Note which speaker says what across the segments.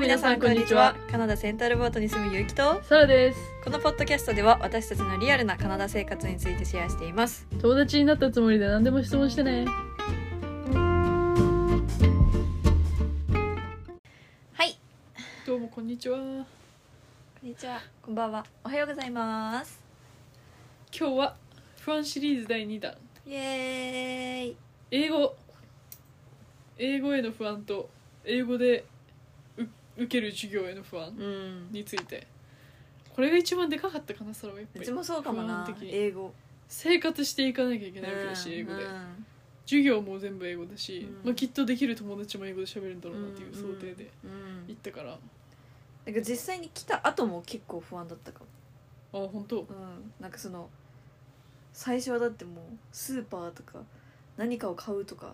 Speaker 1: 皆さんこんにちはカナダセンタルボートに住むゆうきと
Speaker 2: サラです
Speaker 1: このポッドキャストでは私たちのリアルなカナダ生活についてシェアしています
Speaker 2: 友達になったつもりで何でも質問してね
Speaker 1: はい
Speaker 2: どうもこんにちは今
Speaker 1: こんにちはこんばんはおはようございます
Speaker 2: 日は不安シリーズ第2弾
Speaker 1: イエーイ
Speaker 2: 英語英語への不安と英語でう受ける授業への不安
Speaker 1: うん
Speaker 2: についてこれが一番でかかったかなサラはやっぱ
Speaker 1: う
Speaker 2: り
Speaker 1: ちもそうかもな
Speaker 2: 不安的に
Speaker 1: 英語
Speaker 2: 生活していかなきゃいけないわけだし英語で授業も全部英語だし、
Speaker 1: うん
Speaker 2: まあ、きっとできる友達も英語で喋るんだろうなっていう想定で
Speaker 1: うん、うん
Speaker 2: 行ったからあ
Speaker 1: なんか実際に来た後も結構不安だったかも
Speaker 2: 本当
Speaker 1: うんなんかその最初はだってもうスーパーとか何かを買うとか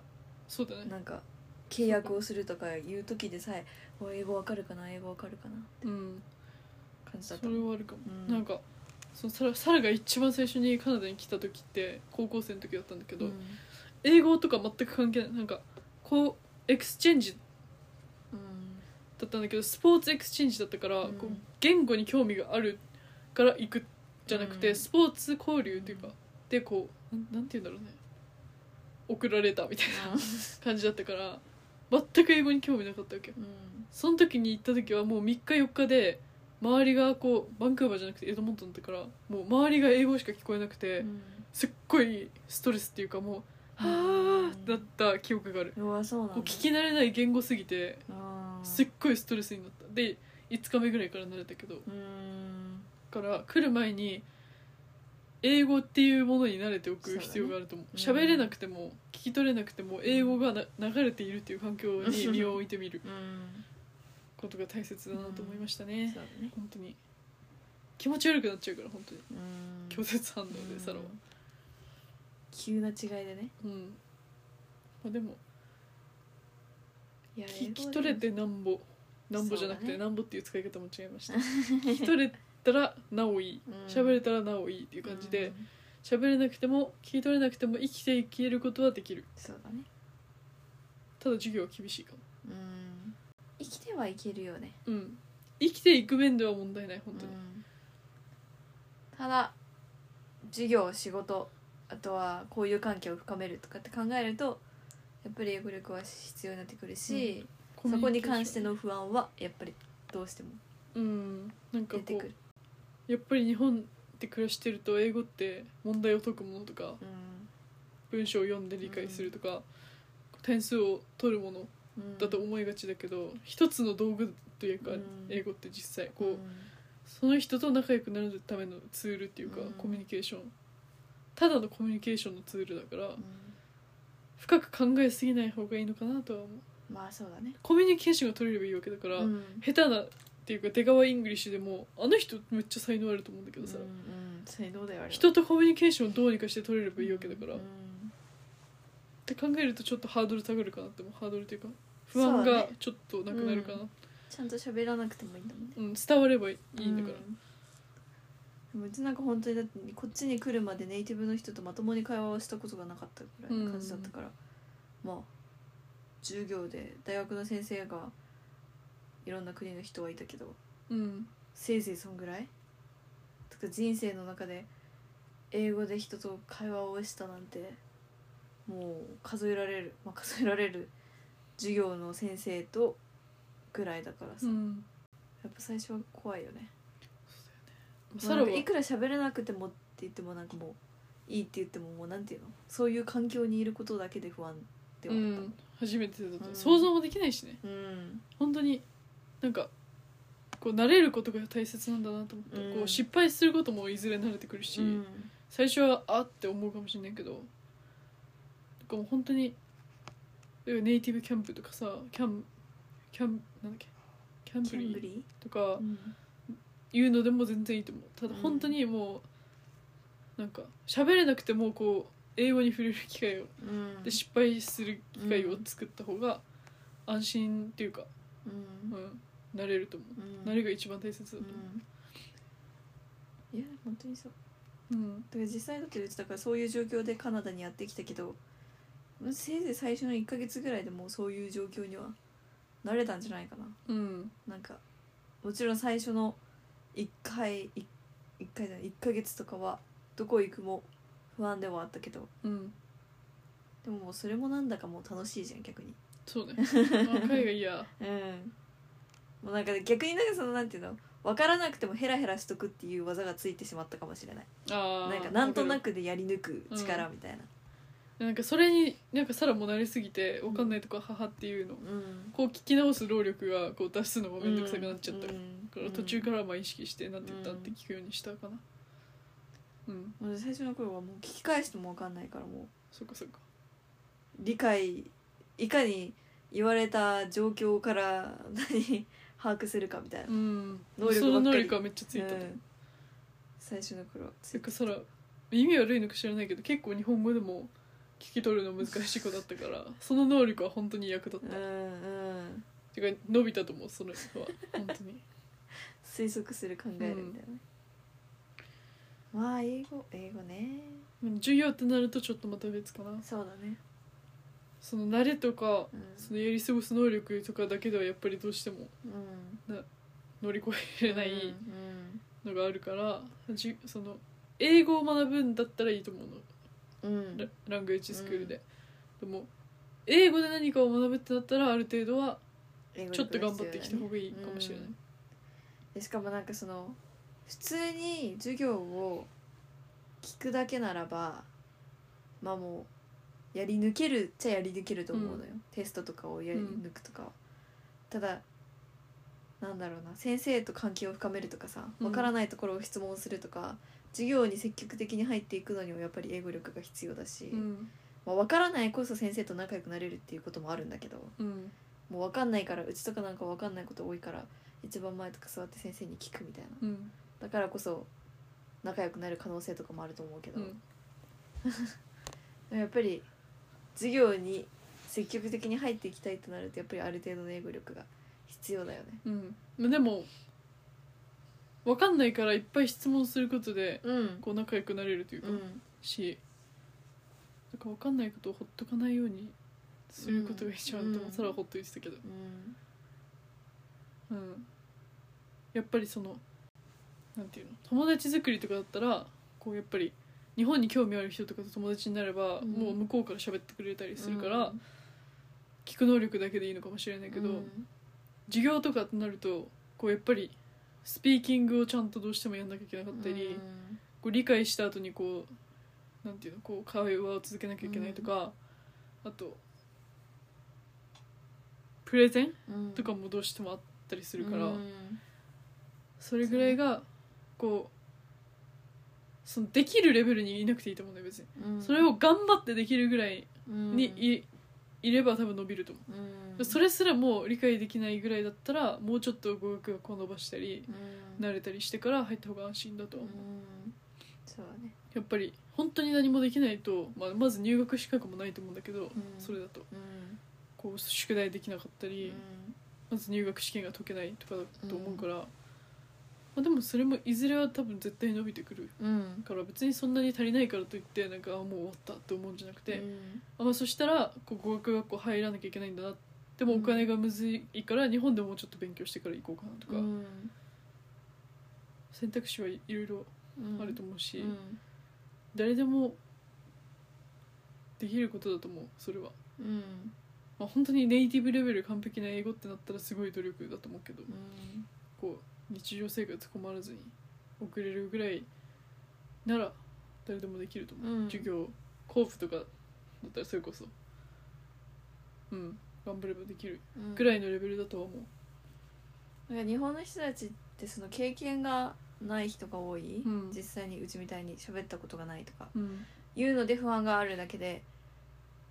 Speaker 2: そうだね
Speaker 1: なんか契約をするとかいう時でさえ「お英語わかるかな英語わかるかな」
Speaker 2: うん
Speaker 1: 感じだ
Speaker 2: そ
Speaker 1: った
Speaker 2: れはあるかも、
Speaker 1: うん
Speaker 2: なんかそのサラサラが一番最初にカナダに来た時って高校生の時だったんだけど、
Speaker 1: うん
Speaker 2: 英語とか全く関係ないなんかこうエクスチェンジ
Speaker 1: うん
Speaker 2: だったんだけどスポーツエクスチェンジだったから、
Speaker 1: うん
Speaker 2: こう言語に興味があるから行くじゃなくて、
Speaker 1: うん
Speaker 2: スポーツ交流というか、
Speaker 1: うん
Speaker 2: でこうなんなんて言うんだろうね送られたみたいな感じだったから全く英語に興味なかったわけよ
Speaker 1: うん
Speaker 2: その時に行った時はもう3日4日で周りがこうバンクーバーじゃなくてエドモントンだったからもう周りが英語しか聞こえなくて、すっごいストレスっていうかもう「は
Speaker 1: うん
Speaker 2: あ」だった記憶がある、
Speaker 1: うんうわそうなんだ
Speaker 2: こう聞き慣れない言語すぎて
Speaker 1: あー
Speaker 2: すっごいストレスになったで5日目ぐらいから慣れたけどだ
Speaker 1: うん
Speaker 2: から来る前に英語っていうものに慣れてお
Speaker 1: そう
Speaker 2: く
Speaker 1: だね
Speaker 2: 必要があると思う
Speaker 1: うん
Speaker 2: 喋、れなくても聞き取れなくても英語がな流れているっていう環境に身を置いてみる
Speaker 1: うん
Speaker 2: ことが大切だなと思いましたね、
Speaker 1: そうだね
Speaker 2: 本当に気持ち悪くなっちゃうから本当に
Speaker 1: うん
Speaker 2: 拒絶反応で
Speaker 1: うん
Speaker 2: サロは
Speaker 1: 急な違いでね
Speaker 2: うん、まあ、でも
Speaker 1: いや
Speaker 2: 聞き取れてなんぼなんぼじゃなく
Speaker 1: そう
Speaker 2: て、
Speaker 1: だね
Speaker 2: なんぼっていう使い方も違い ました聞き取れたらなおいい
Speaker 1: うん
Speaker 2: 喋れたらなおいいっていう
Speaker 1: 英語
Speaker 2: 感じ
Speaker 1: う
Speaker 2: で
Speaker 1: ん
Speaker 2: 喋れなくても聞き取れなくても生きていけることはできる
Speaker 1: そうだね
Speaker 2: ただ授業は厳しいかも
Speaker 1: うん生きてはいけるよね
Speaker 2: うん生きていく面では問題ない本当に
Speaker 1: うんただ授業仕事あとは交友関係を深めるとかって考えるとやっぱり英語力は必要になってくるし、
Speaker 2: コミ
Speaker 1: そ
Speaker 2: ュ
Speaker 1: こ
Speaker 2: ニ
Speaker 1: に
Speaker 2: ケーション
Speaker 1: 関しての不安はやっぱりどうしても
Speaker 2: うんなんかこ
Speaker 1: 出てくる
Speaker 2: うやっぱり日本で暮らしてると英語って問題を解くものとか
Speaker 1: うん
Speaker 2: 文章を読んで理解するとか、点数を取るものだと思いがちだけど一つの道具というか、
Speaker 1: うん
Speaker 2: 英語って実際こ
Speaker 1: う
Speaker 2: う、
Speaker 1: ん
Speaker 2: その人と仲良くなるためのツールっていうか、
Speaker 1: うん
Speaker 2: コミュニケーションただのコミュニケーションのツールだから、
Speaker 1: うん
Speaker 2: 深く考えすぎない方がいいのかなとは思う
Speaker 1: まあそうだね
Speaker 2: コミュニケーションが取れればいいわけだから、
Speaker 1: うん
Speaker 2: 下手なっていうか出川イングリッシュでもあの人めっちゃ才能あると思うんだけどさ、
Speaker 1: うんうん才能だよあれは
Speaker 2: 人とコミュニケーションをどうにかして取れればいいわけだから、
Speaker 1: うん
Speaker 2: って考えるとちょっとハードル下がるかなって思うハードルっていうか不安
Speaker 1: そうだ
Speaker 2: が
Speaker 1: ね
Speaker 2: ちょっとなくなるかなう、
Speaker 1: ちゃんと喋らなくてもいいんだもんね
Speaker 2: ん、伝わればいいんだから、
Speaker 1: うんでもうちなんか本当にだってこっちに来るまでネイティブの人とまともに会話をしたことがなかったぐらいの感じだったから、まあ授業で大学の先生がいろんな国の人はいたけど
Speaker 2: うん
Speaker 1: せいぜいそんぐらいとか人生の中で英語で人と会話をしたなんてもう数えられる、まあ、数えられる授業の先生とぐらいだからさ、
Speaker 2: う
Speaker 1: や
Speaker 2: ん
Speaker 1: っぱ最初は怖いよね。
Speaker 2: サラは
Speaker 1: なんかいくら喋れなくてもって言ってもなんかもういいって言ってももうなんていうのそういう環境にいることだけで不安って
Speaker 2: う
Speaker 1: 思った
Speaker 2: ん、初めてだと、
Speaker 1: うん
Speaker 2: 想像もできないしね
Speaker 1: うん
Speaker 2: 本当になんかこう慣れることが大切なんだなと思った、
Speaker 1: うん
Speaker 2: こう失敗することもいずれ慣れてくるし、
Speaker 1: うん
Speaker 2: 最初はあって思うかもしれないけどなんかもう本当にだからネイティブキャンプとかさキャンキャンなんだっけキャン
Speaker 1: キ
Speaker 2: プ
Speaker 1: ャン
Speaker 2: リ
Speaker 1: ブ
Speaker 2: ー
Speaker 1: リ
Speaker 2: とか
Speaker 1: ー、うん
Speaker 2: いうのでも全然いいと思うただ
Speaker 1: うん
Speaker 2: 本当にもうなんか喋れなくてもこう英語に触れる機会を
Speaker 1: うん
Speaker 2: で失敗する機会を作った方が安心っていうか、
Speaker 1: う
Speaker 2: うんん、慣れると思う
Speaker 1: うん
Speaker 2: 慣れが一番大切だ
Speaker 1: う
Speaker 2: と思うん
Speaker 1: いや本当にそう
Speaker 2: うん
Speaker 1: だから実際だってうちだからそういう状況でカナダにやってきたけどせいぜい最初の1か月ぐらいでもうそういう状況には慣れたんじゃないかな
Speaker 2: うん
Speaker 1: なんかもちろん最初の1回 1, 回じゃない1ヶ月とかはどこ行くも不安ではあったけど
Speaker 2: うん
Speaker 1: でももうそれもなんだかもう楽しいじゃん逆に
Speaker 2: そう ねあ海外いや
Speaker 1: うんもうなんか逆になんかそのなんていうの分からなくてもヘラヘラしとくっていう技がついてしまったかもしれない
Speaker 2: あー
Speaker 1: なんかなんとな
Speaker 2: わか
Speaker 1: くでやり抜く力みたいな
Speaker 2: るなんかそれになんかさらもなりすぎてわかんないとこは母っていうの
Speaker 1: うん
Speaker 2: こう聞き直す労力がこう出すのがめんどくさくなっちゃった
Speaker 1: う
Speaker 2: か
Speaker 1: ん
Speaker 2: ら途中からまあ意識してなんて言った
Speaker 1: うん
Speaker 2: って聞くようにしたかなうん
Speaker 1: もう最初の頃はもう聞き返しても分かんないからもう
Speaker 2: そっかそっか
Speaker 1: 理解いかに言われた状況から 何把握するかみたいな、
Speaker 2: うん
Speaker 1: 能力ばっかり
Speaker 2: その能力はめっちゃついたと
Speaker 1: う
Speaker 2: 思うん
Speaker 1: 最初の頃はつ
Speaker 2: てかそら意味悪いのか知らないけど結構日本語でも聞き取るの難しい子だった からその能力は本当に役立っ
Speaker 1: うん
Speaker 2: た、
Speaker 1: うん
Speaker 2: てか伸びたと思うその人は本当に
Speaker 1: 推測する考えるみたいな、まあ英語英語ね
Speaker 2: 授業ってなるとちょっとまた別かな
Speaker 1: そうだね、
Speaker 2: その慣れとか
Speaker 1: うん
Speaker 2: そのやり過ごす能力とかだけではやっぱりどうしても
Speaker 1: うん、
Speaker 2: 乗り越えれな
Speaker 1: う
Speaker 2: い
Speaker 1: ん
Speaker 2: のがあるから、じその英語を学ぶんだったらいいと思うの
Speaker 1: うんうん
Speaker 2: ララングエッジスクールで、でも英語で何かを学ぶってなったらある程度は
Speaker 1: 英語
Speaker 2: ちょっと
Speaker 1: 力が
Speaker 2: 頑張
Speaker 1: 必要だね
Speaker 2: ってきた方がいいかもしれない、
Speaker 1: うんでしかもなんかその普通に授業を聞くだけならばまあもうやり抜けるっちゃやり抜けると思うのよ、テストとかをやり抜くとかは、ただなんだろうな先生と関係を深めるとかさ
Speaker 2: うん
Speaker 1: わからないところを質問するとか、授業に積極的に入っていくのにもやっぱり英語力が必要だし、
Speaker 2: うん
Speaker 1: まあ、わからないこそ先生と仲良くなれるっていうこともあるんだけど
Speaker 2: うん
Speaker 1: もうわかんないからうちとかなんかわかんないこと多いから一番前とか座って先生に聞くみたいな。
Speaker 2: うん
Speaker 1: だからこそ仲良くなる可能性とかもあると思うけど、やっぱり授業に積極的に入っていきたいとなるとやっぱりある程度の英語力が必要だよね。
Speaker 2: うんうんでも分かんないからいっぱい質問することで
Speaker 1: うん、
Speaker 2: こう仲良くなれるというか、
Speaker 1: うん、
Speaker 2: しなんか分かんないことをほっとかないようにすることが一番で
Speaker 1: う
Speaker 2: も
Speaker 1: ん
Speaker 2: それはほっといてたけど、
Speaker 1: うん、
Speaker 2: うん、やっぱりそのなんていうの友達作りとかだったらこうやっぱり日本に興味ある人とかと友達になれば、
Speaker 1: うん
Speaker 2: もう向こうから喋ってくれたりするから、聞く能力だけでいいのかもしれないけど、
Speaker 1: うん
Speaker 2: 授業とかってなるとこうやっぱりスピーキングをちゃんとどうしてもやんなきゃいけなかったり、
Speaker 1: うん
Speaker 2: こう理解した後にこうなんていうのこう会話を続けなきゃいけないとか、あとプレゼン
Speaker 1: うん
Speaker 2: とかもどうしてもあったりするから、
Speaker 1: うん
Speaker 2: それぐらいがこうそのできるレベルにいなくていいと思うんだよ別に、
Speaker 1: うん
Speaker 2: それを頑張ってできるぐらいに
Speaker 1: い、
Speaker 2: い,、いれば多分伸びると思う
Speaker 1: うん、
Speaker 2: でそれすらもう理解できないぐらいだったらもうちょっと語学学を伸ばしたり
Speaker 1: うん、
Speaker 2: 慣れたりしてから入った方が安心だと
Speaker 1: う
Speaker 2: 思う、
Speaker 1: ん、そうだね。
Speaker 2: やっぱり本当に何もできないと、まあ、まず入学資格もないと思うんだけど、
Speaker 1: ん
Speaker 2: それだと
Speaker 1: うん、
Speaker 2: こう宿題できなかった
Speaker 1: う
Speaker 2: り、
Speaker 1: ん
Speaker 2: まず入学試験が解けないとかだと思うから、まあ、でもそれもいずれは多分絶対伸びてくる
Speaker 1: うん、
Speaker 2: から別にそんなに足りないからといってなんかあもう終わったって思うんじゃなくて、
Speaker 1: うん
Speaker 2: あまあ、そしたらこう語学学校入らなきゃいけないんだなでもお金がむずいから日本でもうちょっと勉強してから行こうかなとか、
Speaker 1: うん
Speaker 2: 選択肢はいろいろ
Speaker 1: うん、
Speaker 2: あると思うし、
Speaker 1: うん
Speaker 2: 誰でもできることだと思うそれは、
Speaker 1: うん
Speaker 2: まあ、本当にネイティブレベル完璧な英語ってなったらすごい努力だと思うけど、
Speaker 1: うん
Speaker 2: こう日常生活困らずに送れるぐらいなら誰でもできると思う、
Speaker 1: うん
Speaker 2: 授業交付とかだったらそれこそうん頑張ればできる
Speaker 1: うん
Speaker 2: ぐらいのレベルだとは思
Speaker 1: なんか日本の人たちってその経験がない人が多い、
Speaker 2: うん
Speaker 1: 実際にうちみたいに喋ったことがないとか
Speaker 2: ううん
Speaker 1: いうので不安があるだけで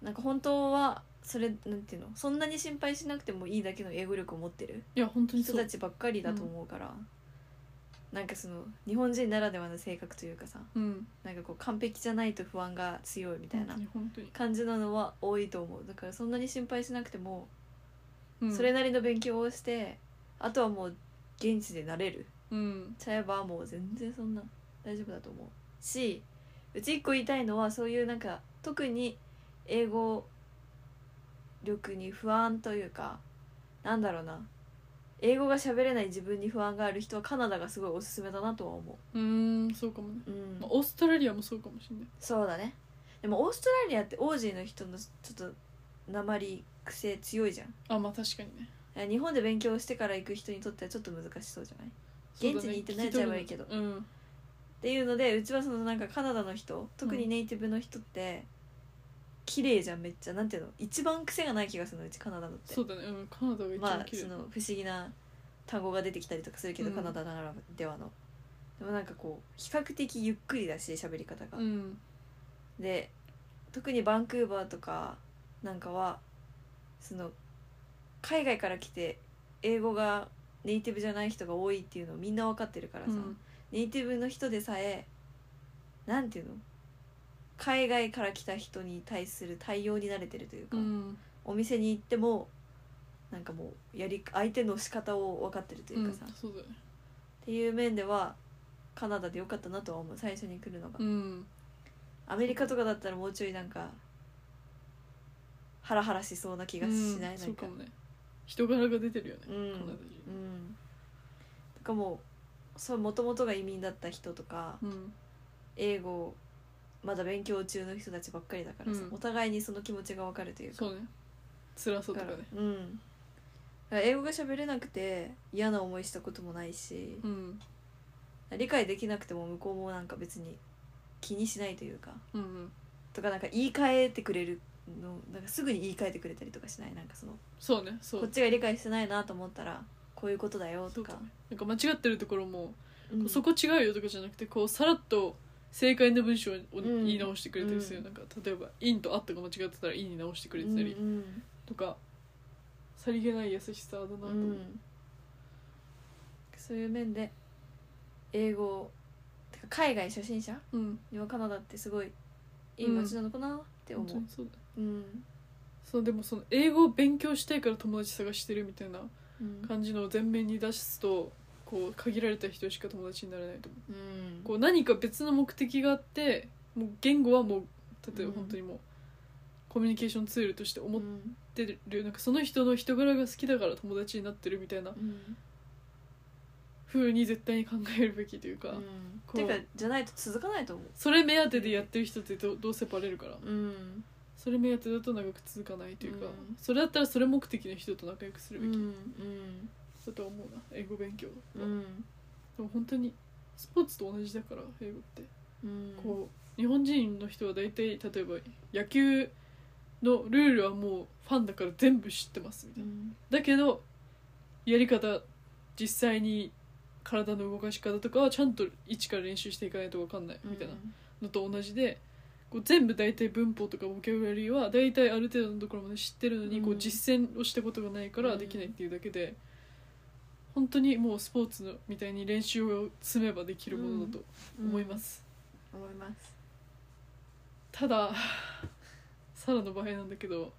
Speaker 1: なんか本当はそれなんていうのそんなに心配しなくてもいいだけの英語力を持ってる
Speaker 2: いや本当に
Speaker 1: 人
Speaker 2: そう
Speaker 1: たちばっかりだと思うから、なんかその日本人ならではの性格というかさ
Speaker 2: うん
Speaker 1: なんかこう完璧じゃないと不安が強いみたい
Speaker 2: 本当
Speaker 1: な
Speaker 2: に本当に、
Speaker 1: 感じなのは多いと思うだからそんなに心配しなくても
Speaker 2: うん、
Speaker 1: それなりの勉強をしてあとはもう現地で慣れる
Speaker 2: うん
Speaker 1: ちゃえばもう全然そんな大丈夫だと思うしうち一個言いたいのはそういうなんか特に英語力に不安というかなんだろうな英語が喋れない自分に不安がある人はカナダがすごいおすすめだなとは思
Speaker 2: うーんそうかもね、
Speaker 1: う、うん
Speaker 2: まあ、オーストラリアもそうかもしれない
Speaker 1: そうだねでもオーストラリアってオージーの人のちょっと鉛癖強いじゃん
Speaker 2: あまあ確かにね
Speaker 1: 日本で勉強してから行く人にとってはちょっと難しそうじゃない現地に行って慣れちゃえばいいけど
Speaker 2: そうだね聞き取るの
Speaker 1: っていうのでうちはそのなんかカナダの人特にネイティブの人って、綺麗じゃんめっちゃなんていうの一番癖がない気がするのうちカナダ
Speaker 2: う
Speaker 1: のっ
Speaker 2: ん
Speaker 1: て
Speaker 2: そうだねうんカナダが一
Speaker 1: ま
Speaker 2: 番
Speaker 1: あ
Speaker 2: 綺麗、
Speaker 1: その不思議な単語が出てきたりとかするけど、
Speaker 2: うん
Speaker 1: カナダならではのでもなんかこう比較的ゆっくりだし喋り方が、
Speaker 2: うん
Speaker 1: で特にバンクーバーとかなんかはその海外から来て英語がネイティブじゃない人が多いっていうのをみんな分かってるからさ、
Speaker 2: うん
Speaker 1: ネイティブの人でさえなんていうの海外から来た人に対する対応に慣れてるというか、
Speaker 2: うん
Speaker 1: お店に行ってもなんかもうやり相手の仕方を分かってるというかさ、
Speaker 2: うん
Speaker 1: っ
Speaker 2: そうだね
Speaker 1: ていう面ではカナダでよかったなとは思う最初に来るのが、
Speaker 2: うん
Speaker 1: アメリカとかだったらもうちょいなんかハラハラしそうな気がしない、
Speaker 2: うん
Speaker 1: な
Speaker 2: そ
Speaker 1: ん
Speaker 2: う
Speaker 1: か
Speaker 2: かもね人柄が出てるよね、
Speaker 1: う
Speaker 2: カナダ
Speaker 1: ん
Speaker 2: 人
Speaker 1: うんとかもうそう元々が移民だった人とか、
Speaker 2: うん
Speaker 1: 英語まだ勉強中の人たちばっかりだから
Speaker 2: う
Speaker 1: さ、
Speaker 2: ん
Speaker 1: お互いにその気持ちがわかるというか
Speaker 2: そうね辛さと
Speaker 1: だ
Speaker 2: か
Speaker 1: から
Speaker 2: ね
Speaker 1: うんだから英語が喋れなくて嫌な思いしたこともないし
Speaker 2: うん
Speaker 1: 理解できなくても向こうもなんか別に気にしないというか
Speaker 2: うんうん
Speaker 1: とかなんか言い換えてくれるのなんかすぐに言い換えてくれたりとかしないなんかその
Speaker 2: そうねそ
Speaker 1: こっ
Speaker 2: う
Speaker 1: ちが理解してないなと思ったらこういうことだよ
Speaker 2: そ
Speaker 1: と
Speaker 2: うか
Speaker 1: か
Speaker 2: もねなんか間違ってるところも、
Speaker 1: うん
Speaker 2: そこ違うよとかじゃなくてこうさらっと正解の文章を
Speaker 1: ん
Speaker 2: 言い直してくれたりするよ、なんか例えば「イン」と「あ」とか間違ってたら「イン」に直してくれてたり
Speaker 1: うんうん
Speaker 2: とか、さりげない優しさだなと思
Speaker 1: う
Speaker 2: う、
Speaker 1: ん、そういう面で英語てか海外初心者
Speaker 2: うん、
Speaker 1: にはカナダってすごいいい街なのかなって思
Speaker 2: 本当
Speaker 1: う
Speaker 2: にそうだ
Speaker 1: うん、
Speaker 2: そうでもその英語を勉強したいから友達探してるみたいな
Speaker 1: うん
Speaker 2: 感じのを前面に出すとこう限られた人しか友達になれないと思う
Speaker 1: うん
Speaker 2: こう何か別の目的があってもう言語はもう例え
Speaker 1: うん
Speaker 2: ば本当にもう、コミュニケーションツールとして思っ
Speaker 1: うん
Speaker 2: てる、なんかその人の人柄が好きだから友達になってるみたいな
Speaker 1: うん
Speaker 2: 風に絶対に考えるべきというか、
Speaker 1: うん
Speaker 2: こう
Speaker 1: てかじゃないと続かないと思う
Speaker 2: それ目当てでやってる人ってどどうせバレるから
Speaker 1: うん
Speaker 2: それ目当てだと長く続かないというか、
Speaker 1: うん
Speaker 2: それだったらそれ目的の人と仲良くす
Speaker 1: う
Speaker 2: る
Speaker 1: ん
Speaker 2: べき、
Speaker 1: うん
Speaker 2: だとは思うな英語勉強は、
Speaker 1: うん
Speaker 2: でも本当にスポーツと同じだから英語って
Speaker 1: うん
Speaker 2: こう日本人の人は大体例えば野球のルールはもうファンだから全部知ってますみた
Speaker 1: う
Speaker 2: いな、
Speaker 1: ん
Speaker 2: だけどやり方実際に体の動かし方とかはちゃんと一から練習していかないと分かんないみたいなのと同じでこう全部大体文法とかボキャブラリーは大体ある程度のところまで知ってるのに、
Speaker 1: うん
Speaker 2: こう実践をしたことがないか
Speaker 1: う
Speaker 2: ら
Speaker 1: ん、
Speaker 2: できないっていうだけで本当にもうスポーツのみたいに練習を積めばできるものだと思いますす、
Speaker 1: うん思います
Speaker 2: ただサラの場合なんだけど、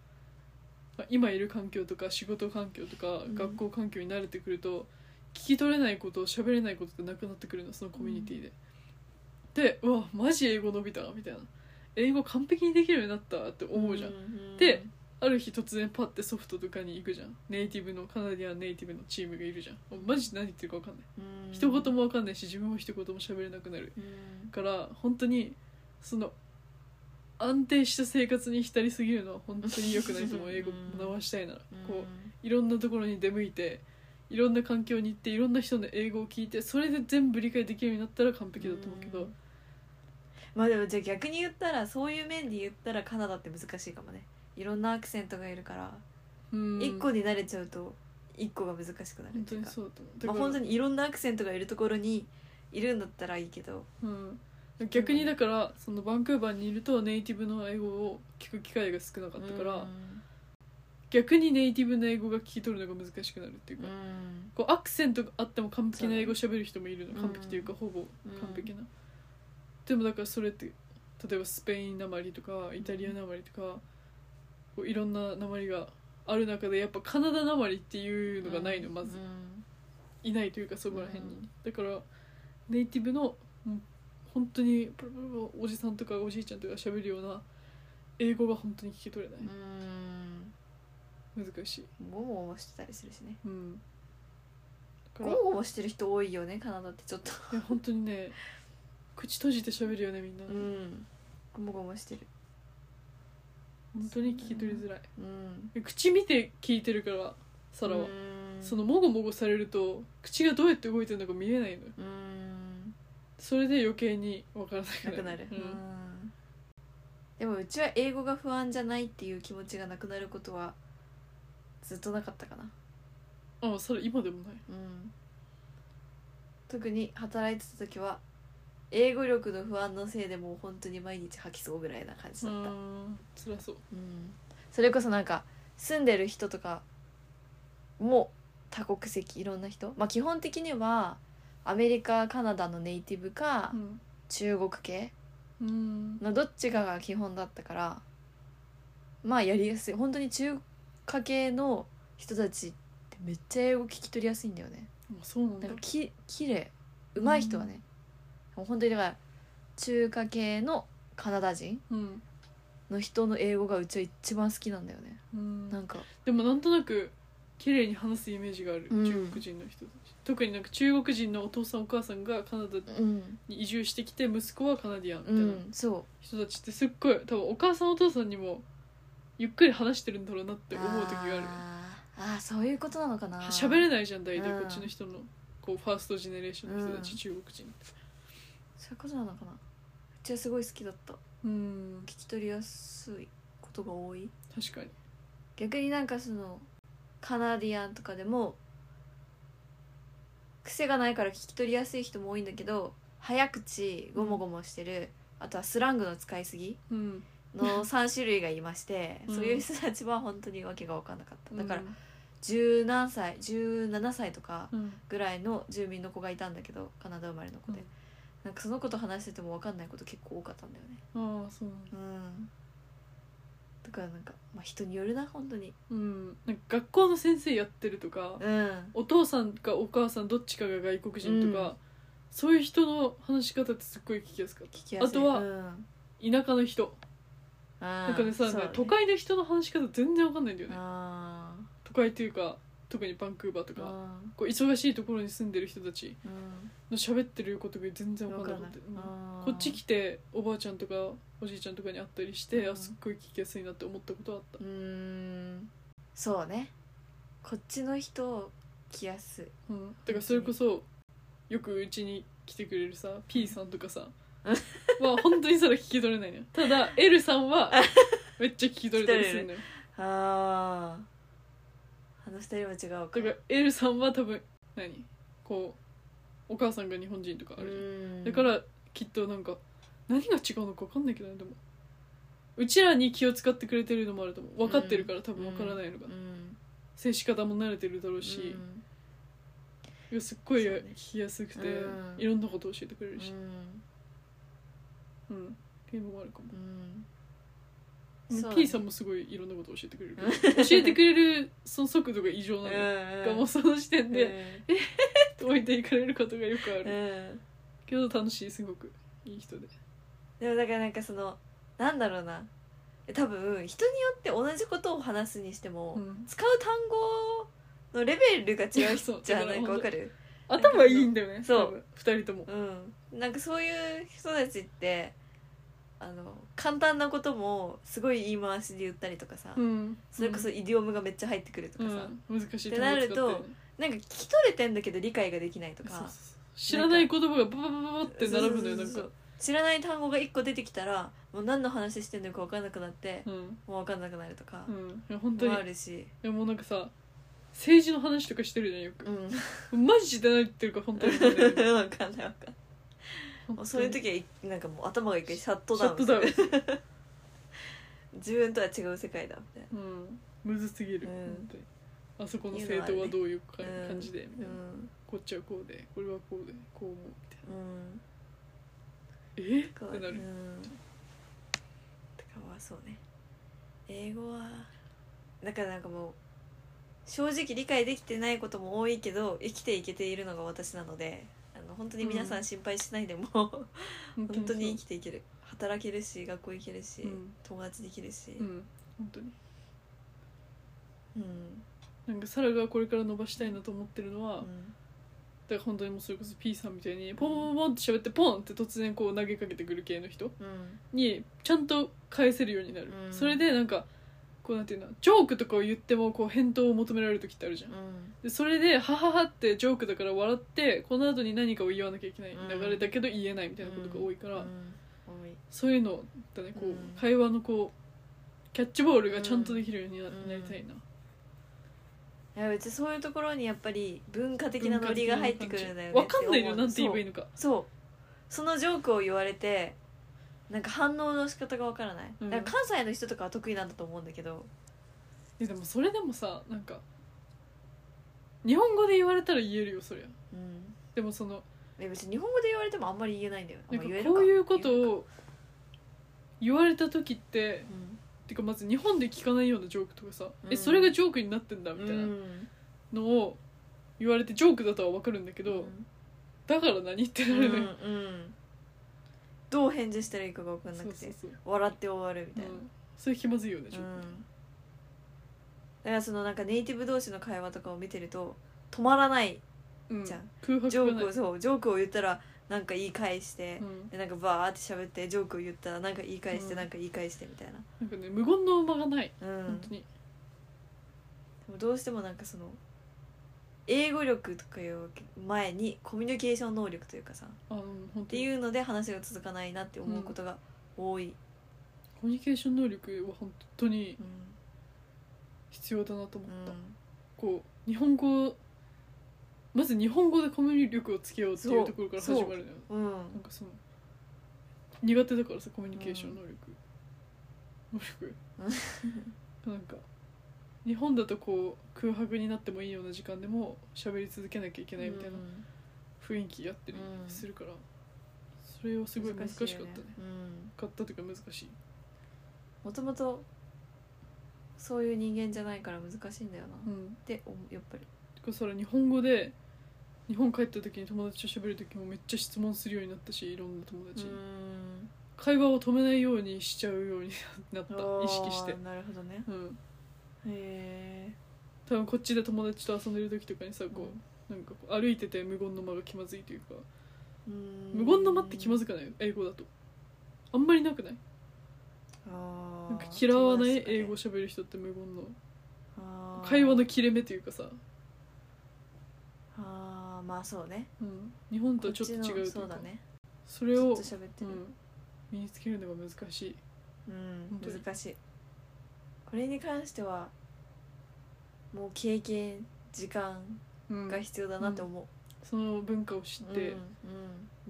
Speaker 2: まあ今いる環境とか仕事環境とか
Speaker 1: うん
Speaker 2: 学校環境に慣れてくると、聞き取れないこと喋れないことってなくなってくるのそのコミュニティで、でうわマジ英語伸びたみたいな英語完璧にできるようになったって思うじゃん、
Speaker 1: ん
Speaker 2: である日突然パッてソフトとかに行くじゃんネイティブのカナディアンネイティブのチームがいるじゃんもうマジ何言ってるか分かんない、
Speaker 1: うん
Speaker 2: 一言も分かんないし自分も一言も喋れなくなる
Speaker 1: うん
Speaker 2: だから本当にその安定した生活に浸りすぎるのは本当に良くないと思う
Speaker 1: うん
Speaker 2: 英語直したいならこ
Speaker 1: うん
Speaker 2: ういろんなところに出向いていろんな環境に行っていろんな人の英語を聞いてそれで全部理解できるようになったら完璧だと思うけど
Speaker 1: んまあでもじゃあ逆に言ったらそういう面で言ったらカナダって難しいかもねいろんなアクセントがいるから
Speaker 2: うん
Speaker 1: 一、個に慣れちゃうと一個が難しくなる
Speaker 2: 本
Speaker 1: と
Speaker 2: 当
Speaker 1: いう
Speaker 2: に
Speaker 1: か
Speaker 2: そうだと思う
Speaker 1: まあ
Speaker 2: だから
Speaker 1: 本当にいろんなアクセントがいるところにいるんだったらいいけど
Speaker 2: うん逆にだからそのバンクーバーにいるとネイティブの英語を聞く機会が少なかったから、
Speaker 1: うん
Speaker 2: 逆にネイティブの英語が聞き取るのが難しくなるっていうか、
Speaker 1: うん
Speaker 2: こうアクセントがあっても完璧な英語喋る人もいるの、
Speaker 1: そうだね
Speaker 2: 完璧というかほぼ完璧な、でもだからそれって例えばスペインなまりとかイタリアなまりとか、こういろんななまりがある中でやっぱカナダなまりっていうのがないのまず、
Speaker 1: うん
Speaker 2: いないというかそこら辺に、
Speaker 1: うん
Speaker 2: だからネイティブのうん本当にプルプルプルおじさんとかおじいちゃんとか喋るような英語が本当に聞き取れない、
Speaker 1: うん
Speaker 2: 難しい
Speaker 1: ゴモゴモしてたりするしね
Speaker 2: うんだ
Speaker 1: ゴ
Speaker 2: から
Speaker 1: モ
Speaker 2: い
Speaker 1: ゴモしてる人多いよねカナダってちょっと
Speaker 2: や本当にね口閉じて喋るよねみんな、
Speaker 1: うんゴモゴモしてる
Speaker 2: 本当に聞き取りづらい
Speaker 1: うん
Speaker 2: 口見て聞いてるからサラは、そのもごもごされると口がどうやって動いてるのか見えないのよ
Speaker 1: うん
Speaker 2: それで余計に分からなくな
Speaker 1: な
Speaker 2: る
Speaker 1: くなる、
Speaker 2: う
Speaker 1: うんんでもうちは英語が不安じゃないっていう気持ちがなくなることはずっとなかったかな
Speaker 2: あそれ今でもない
Speaker 1: うん特に働いてた時は英語力の不安のせいでもう本当に毎日吐きそうぐらいな感じ
Speaker 2: う
Speaker 1: だった、
Speaker 2: ん辛そう
Speaker 1: うんそれこそなんか住んでる人とかも多国籍いろんな人まあ基本的にはアメリカカナダのネイティブか
Speaker 2: うん、
Speaker 1: 中国系
Speaker 2: うん、
Speaker 1: のどっちかが基本だったからまあやりやすい本当に中華系の人たちってめっちゃ英語聞き取りやすいんだよね
Speaker 2: まあそうなん
Speaker 1: な
Speaker 2: だ
Speaker 1: んかき綺麗上手い人はね、もう本当にだから中華系のカナダ人
Speaker 2: うん、
Speaker 1: の人の英語がうちは一番好きなんだよね
Speaker 2: うん、
Speaker 1: なんか
Speaker 2: でもなんとなく綺麗に話すイメージがある、
Speaker 1: うん
Speaker 2: 中国人の人たち特になんか中国人のお父さんお母さんがカナダ
Speaker 1: うん
Speaker 2: に移住してきて息子はカナディアンみ
Speaker 1: う
Speaker 2: たいなん
Speaker 1: そ
Speaker 2: 人たちってすっごい多分お母さんお父さんにもゆっくり話してるんだろうなっ
Speaker 1: う
Speaker 2: て思う時がある
Speaker 1: あーあーそういうことなのかな
Speaker 2: 喋れないじゃん大体
Speaker 1: うん
Speaker 2: こっちの人のこうファーストジェネレーションの人たち、
Speaker 1: うん
Speaker 2: 中国人って
Speaker 1: そういうことなのかなうちはすごい好きだった
Speaker 2: うん
Speaker 1: 聞き取りやすいことが多い
Speaker 2: 確かに
Speaker 1: 逆になんかそのカナディアンとかでも癖がないから聞き取りやすい人も多いんだけど早口ゴモゴモしてるあとはスラングの使いすぎ
Speaker 2: うん
Speaker 1: の3種類がいまして、
Speaker 2: うん
Speaker 1: そういう人たちは本当にわけが分かんなかっただから
Speaker 2: うん
Speaker 1: 十何歳17歳とか
Speaker 2: うん
Speaker 1: ぐらいの住民の子がいたんだけどカナダ生まれの子で、
Speaker 2: うん
Speaker 1: なんかその子と話してても分かんないこと結構多かったんだよね
Speaker 2: ああそうなんだ
Speaker 1: うんだからなんか、まあ、人によるな本当に
Speaker 2: うんなんか学校の先生やってるとか、
Speaker 1: うん
Speaker 2: お父さんかお母さんどっちかが外国人とか、そういう人の話し方ってすっごい聞きやすかっ
Speaker 1: 聞きやすい
Speaker 2: あとは
Speaker 1: うん、
Speaker 2: た田舎の人
Speaker 1: な
Speaker 2: なんかねさ、都会の人の話し方全然わかんないんだよね
Speaker 1: あ
Speaker 2: 都会っていうか特にバンクーバーと
Speaker 1: ー
Speaker 2: かこう忙しいところに住んでる人たち
Speaker 1: う
Speaker 2: の喋ってることが全然
Speaker 1: ん
Speaker 2: わ
Speaker 1: わ
Speaker 2: か
Speaker 1: か
Speaker 2: んなんく
Speaker 1: ない
Speaker 2: て、
Speaker 1: あー
Speaker 2: こっち来ておばあちゃんとかおじいちゃんとかに会ったりして、
Speaker 1: うん
Speaker 2: あすっごい聞きやすいなって思ったことはあった
Speaker 1: うーんそうねこっちの人来やすい
Speaker 2: うん、だからそれこそよくうちに来てくれるさ P さんと かさは本当にそれ聞き取れないのよただ L さんはめっちゃ聞き取れたりするのよ
Speaker 1: あああの二人は違うか
Speaker 2: だから L さんは多分何こうお母さんが日本人とかあ
Speaker 1: う
Speaker 2: るじゃん
Speaker 1: ーん
Speaker 2: だからきっとなんか何が違うのか分かんないけどねでもうちらに気を使ってくれてるのもあると思う分かってるから多分分からないのが
Speaker 1: うん
Speaker 2: 接し方も慣れてるだろうし、
Speaker 1: うん
Speaker 2: いやすっごい
Speaker 1: そうね
Speaker 2: 聞きやすくて、
Speaker 1: うん
Speaker 2: いろんなこと教えてくれ
Speaker 1: う
Speaker 2: るし、
Speaker 1: ん
Speaker 2: うんっていうのもあるかも
Speaker 1: うん
Speaker 2: うん
Speaker 1: そう
Speaker 2: P さんもすごいいろんなこと教えてくれるけど教えてくれるその速度が異常なのよ、
Speaker 1: うん
Speaker 2: がもうその時点で
Speaker 1: で
Speaker 2: 置いていかれることがよくある、
Speaker 1: うん
Speaker 2: けど楽しいすごくいい人で
Speaker 1: でもだからなんかそのなんだろうな多分人によって同じことを話すにしても、
Speaker 2: うん
Speaker 1: 使う単語のレベルが違 う
Speaker 2: いやそう
Speaker 1: 人じゃ
Speaker 2: だ
Speaker 1: あ
Speaker 2: から
Speaker 1: なんかわかる
Speaker 2: 頭いいんだよね
Speaker 1: そう
Speaker 2: 2人とも
Speaker 1: うんなんかそういう人たちってあの簡単なこともすごい言い回しで言ったりとかさ、
Speaker 2: うん
Speaker 1: それこそイディオムがめっちゃ入ってくるとかさ、
Speaker 2: うん、難しい
Speaker 1: ってなると
Speaker 2: 単語使ってね
Speaker 1: なんか聞き取れてんだけど理解ができないと
Speaker 2: そうそう
Speaker 1: か
Speaker 2: そう知らない言葉がバババババって並ぶのよな
Speaker 1: そうんそうそ
Speaker 2: か
Speaker 1: うそう知らない単語が1個出てきたらもう何の話してんのか分かんなくなって、
Speaker 2: うん
Speaker 1: もう分かんなくなるとか
Speaker 2: う、んいや本当
Speaker 1: も
Speaker 2: に
Speaker 1: あるし、
Speaker 2: でもうなんかさ政治の話とかしてるじゃんよ
Speaker 1: う
Speaker 2: く、
Speaker 1: ん、
Speaker 2: マジで何言ってるか本当に分かんない
Speaker 1: 分かんない分かんない
Speaker 2: 本当
Speaker 1: もう
Speaker 2: に
Speaker 1: そういう時はいなんかもう頭が一回シャット
Speaker 2: シャ
Speaker 1: ダウ
Speaker 2: ッ
Speaker 1: ン
Speaker 2: トダウン
Speaker 1: 自分とは違う世界だみたい
Speaker 2: うんむずすぎる、
Speaker 1: うん
Speaker 2: 本当にあそこの
Speaker 1: っていうの
Speaker 2: 政
Speaker 1: はある
Speaker 2: 党はど
Speaker 1: ね
Speaker 2: ういうか
Speaker 1: うん
Speaker 2: 感じで、みた
Speaker 1: ない
Speaker 2: な
Speaker 1: うん
Speaker 2: こっちはこうでこれはこうでこう思うみたいな
Speaker 1: うん
Speaker 2: え
Speaker 1: だか
Speaker 2: っ
Speaker 1: ら
Speaker 2: てな
Speaker 1: うん
Speaker 2: る、
Speaker 1: だからまあそうね英語はだからなんかもう正直理解できてないことも多いけど生きていけているのが私なのであの本当に皆さ
Speaker 2: うん
Speaker 1: ん心配しないでも、本当に生きていける働けるし学校行けるし、
Speaker 2: うん
Speaker 1: 友達できるし、
Speaker 2: うん本当に
Speaker 1: うん
Speaker 2: なんかサラがこれから伸ばしたいなと思ってるのは、
Speaker 1: う
Speaker 2: だか
Speaker 1: ん
Speaker 2: ら本当にもうそれこそ P さんみたいにポンポンポンって喋ってポンって突然こう投げかけてくる系の人
Speaker 1: うん
Speaker 2: にちゃんと返せるようになる、
Speaker 1: うん
Speaker 2: それでなんかこうなんていうのジョークとかを言ってもこう返答を求められる時ってあるじゃん
Speaker 1: うん
Speaker 2: でそれで「ははは」ってジョークだから笑ってこの後に何かを言わなきゃいけない
Speaker 1: うん
Speaker 2: 流れだけど言えないみたいなことが多いから、
Speaker 1: うん多い
Speaker 2: そういうのだねこう、
Speaker 1: うん
Speaker 2: 会話のこうキャッチボールがちゃんとできるようにな,、
Speaker 1: うん
Speaker 2: りたいな、
Speaker 1: いやうちそういうところにやっぱり文化的なノリが入ってくるんだよね
Speaker 2: わかんないのよなんて言えばいい
Speaker 1: の
Speaker 2: のか
Speaker 1: そうそうそのジョークを言われてなんか反応の仕方がわからない、
Speaker 2: うん
Speaker 1: だから関西の人とかは得意なんだと思うんだけど
Speaker 2: ででもそれでもさなんか日本語で言われたら言えるよそりゃ
Speaker 1: うん
Speaker 2: でもその
Speaker 1: え別に日本語で言われてもあんまり言えないんだよあん
Speaker 2: なん
Speaker 1: ま
Speaker 2: か
Speaker 1: 言えるか
Speaker 2: こういうこと
Speaker 1: 言えるか
Speaker 2: を言われた時っててかまず日本で聞かないようなジョークとかさ、
Speaker 1: うん
Speaker 2: えそれがジョークになってんだ
Speaker 1: うん
Speaker 2: みたいな
Speaker 1: うん
Speaker 2: のを言われてジョークだとは分かるんだけど、
Speaker 1: ん
Speaker 2: だから何ってな
Speaker 1: うん
Speaker 2: るのよ、
Speaker 1: うんどう返事したらいいかが分かんな
Speaker 2: そう
Speaker 1: く
Speaker 2: そう
Speaker 1: て
Speaker 2: そう、
Speaker 1: 笑って終わるみ
Speaker 2: う
Speaker 1: たいな、
Speaker 2: ん、それ気まずいよねちょっ
Speaker 1: うんだからそのなんかネイティブ同士の会話とかを見てると止まらない
Speaker 2: と、うん
Speaker 1: じゃあ
Speaker 2: 空
Speaker 1: ジョ
Speaker 2: 白が
Speaker 1: ー
Speaker 2: ない
Speaker 1: クをそうジョークを言ったらなんか言い返して
Speaker 2: う、ん、
Speaker 1: でなんかバーって喋ってジョークを言ったらなんか言い返して、
Speaker 2: うん
Speaker 1: なんか言い返してみたいな
Speaker 2: なんかね無言の間がない、
Speaker 1: うん
Speaker 2: 本
Speaker 1: で
Speaker 2: 当に
Speaker 1: もどうしてもなんかその英語力とかいう前にコミュニケーション能力というかさっ
Speaker 2: あうん本当
Speaker 1: て
Speaker 2: に
Speaker 1: いうので話が続かないなって思うことが多い、
Speaker 2: コミュニケーション能力は本当に
Speaker 1: うん
Speaker 2: 必要だなと思
Speaker 1: う
Speaker 2: っ
Speaker 1: ん
Speaker 2: た、こう日本語まず日本語でコミュ力をつけようってい
Speaker 1: そうう
Speaker 2: ところから始
Speaker 1: そう
Speaker 2: まるのよ
Speaker 1: うん
Speaker 2: なんかその苦手だからさコミュニケーション能力、能力なんか日本だとこう空白になってもいいような時間でも喋り続けなきゃいけないみたいな雰囲気やってる
Speaker 1: うん
Speaker 2: するから、それはすごい難しかったね難
Speaker 1: うん
Speaker 2: かったというか難しい
Speaker 1: もともとそういう人間じゃないから難しいんだよなっ
Speaker 2: うん
Speaker 1: て思うやっぱり
Speaker 2: てかそれ日本語で日本帰った時に友達と喋る時もめっちゃ質問するようになったしいろんな友達に、
Speaker 1: ん
Speaker 2: 会話を止めないようにしちゃうようになった意識して
Speaker 1: あーなるほどね
Speaker 2: うん
Speaker 1: へ
Speaker 2: 多分こっちで友達と遊んでる時とかにさ
Speaker 1: え
Speaker 2: こう、なんかこう歩いてて無言の間が気まずいというか無
Speaker 1: 無
Speaker 2: 言の間って気ま
Speaker 1: ず
Speaker 2: ずくない英語だとあんまりなくない
Speaker 1: な
Speaker 2: なんか嫌わない英語喋る人って無言の会話の切れ目というかさ、
Speaker 1: あーまあそうね
Speaker 2: うん、日本と
Speaker 1: こっ
Speaker 2: はちょっと
Speaker 1: ち
Speaker 2: 違う
Speaker 1: の
Speaker 2: というか
Speaker 1: そうだね
Speaker 2: そ
Speaker 1: ず
Speaker 2: れ
Speaker 1: っと
Speaker 2: を、
Speaker 1: 喋って
Speaker 2: う
Speaker 1: る
Speaker 2: ん、身につけるのが難しい
Speaker 1: うん
Speaker 2: 本当に
Speaker 1: 難しいこれに関してはもう経験時間
Speaker 2: うん
Speaker 1: が必要だなって思う
Speaker 2: その文化を知って、
Speaker 1: うんうん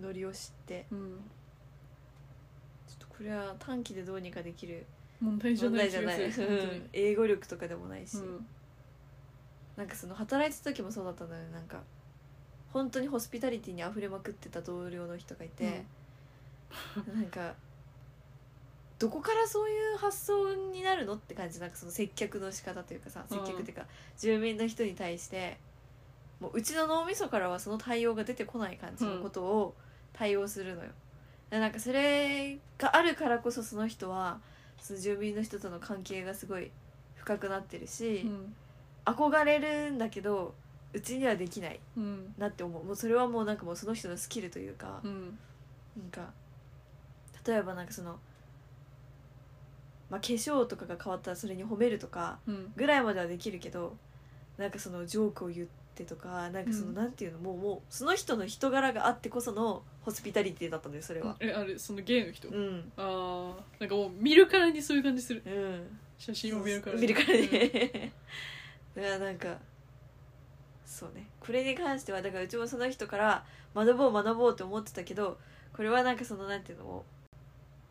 Speaker 1: ノリを知って
Speaker 2: うん
Speaker 1: ちょっとこれは短期でどうにかできる
Speaker 2: 問題じゃ
Speaker 1: 問
Speaker 2: ない
Speaker 1: 題
Speaker 2: 気
Speaker 1: じゃ
Speaker 2: が
Speaker 1: ない、
Speaker 2: す
Speaker 1: う
Speaker 2: る
Speaker 1: ん、英語力とかでもないし、
Speaker 2: 本当にうん
Speaker 1: なんかその働いてた時もそうだったんだよねなんか本当にホスピタリティに溢れまくってた同僚の人がいて、なんかどこからそういう発想になるのって感じなんかその接客の仕方というかさ
Speaker 2: う
Speaker 1: 接
Speaker 2: ん
Speaker 1: 客っていうか、住民の人に対してもううちの脳みそからはその対応が出てこない感じのことを対応するのよ。でなんかそれがあるからこそその人はその住民の人との関係がすごい深くなってるし、
Speaker 2: うん
Speaker 1: 憧れるんだけどうちにはできない
Speaker 2: うん
Speaker 1: なって思うもうそれはもうなんかもうその人のスキルというか、
Speaker 2: うん
Speaker 1: なんか例えばなんかその、まあ、化粧とかが変わったらそれに褒めるとか
Speaker 2: うん
Speaker 1: ぐらいまではできるけどなんかそのジョークを言ってとかなんかその、
Speaker 2: うん
Speaker 1: なんていうのもうもうその人の人柄があってこそのホスピタリティだったんだよそれは。
Speaker 2: えあれそのゲイの人、
Speaker 1: うん
Speaker 2: ああなんかもう見るからにそういう感じする
Speaker 1: うん
Speaker 2: 写真を見るからに
Speaker 1: 見るからね だからなんかそうねこれに関してはだからうちもその人から学ぼう学ぼうって思ってたけどこれはなんかそのなんていうの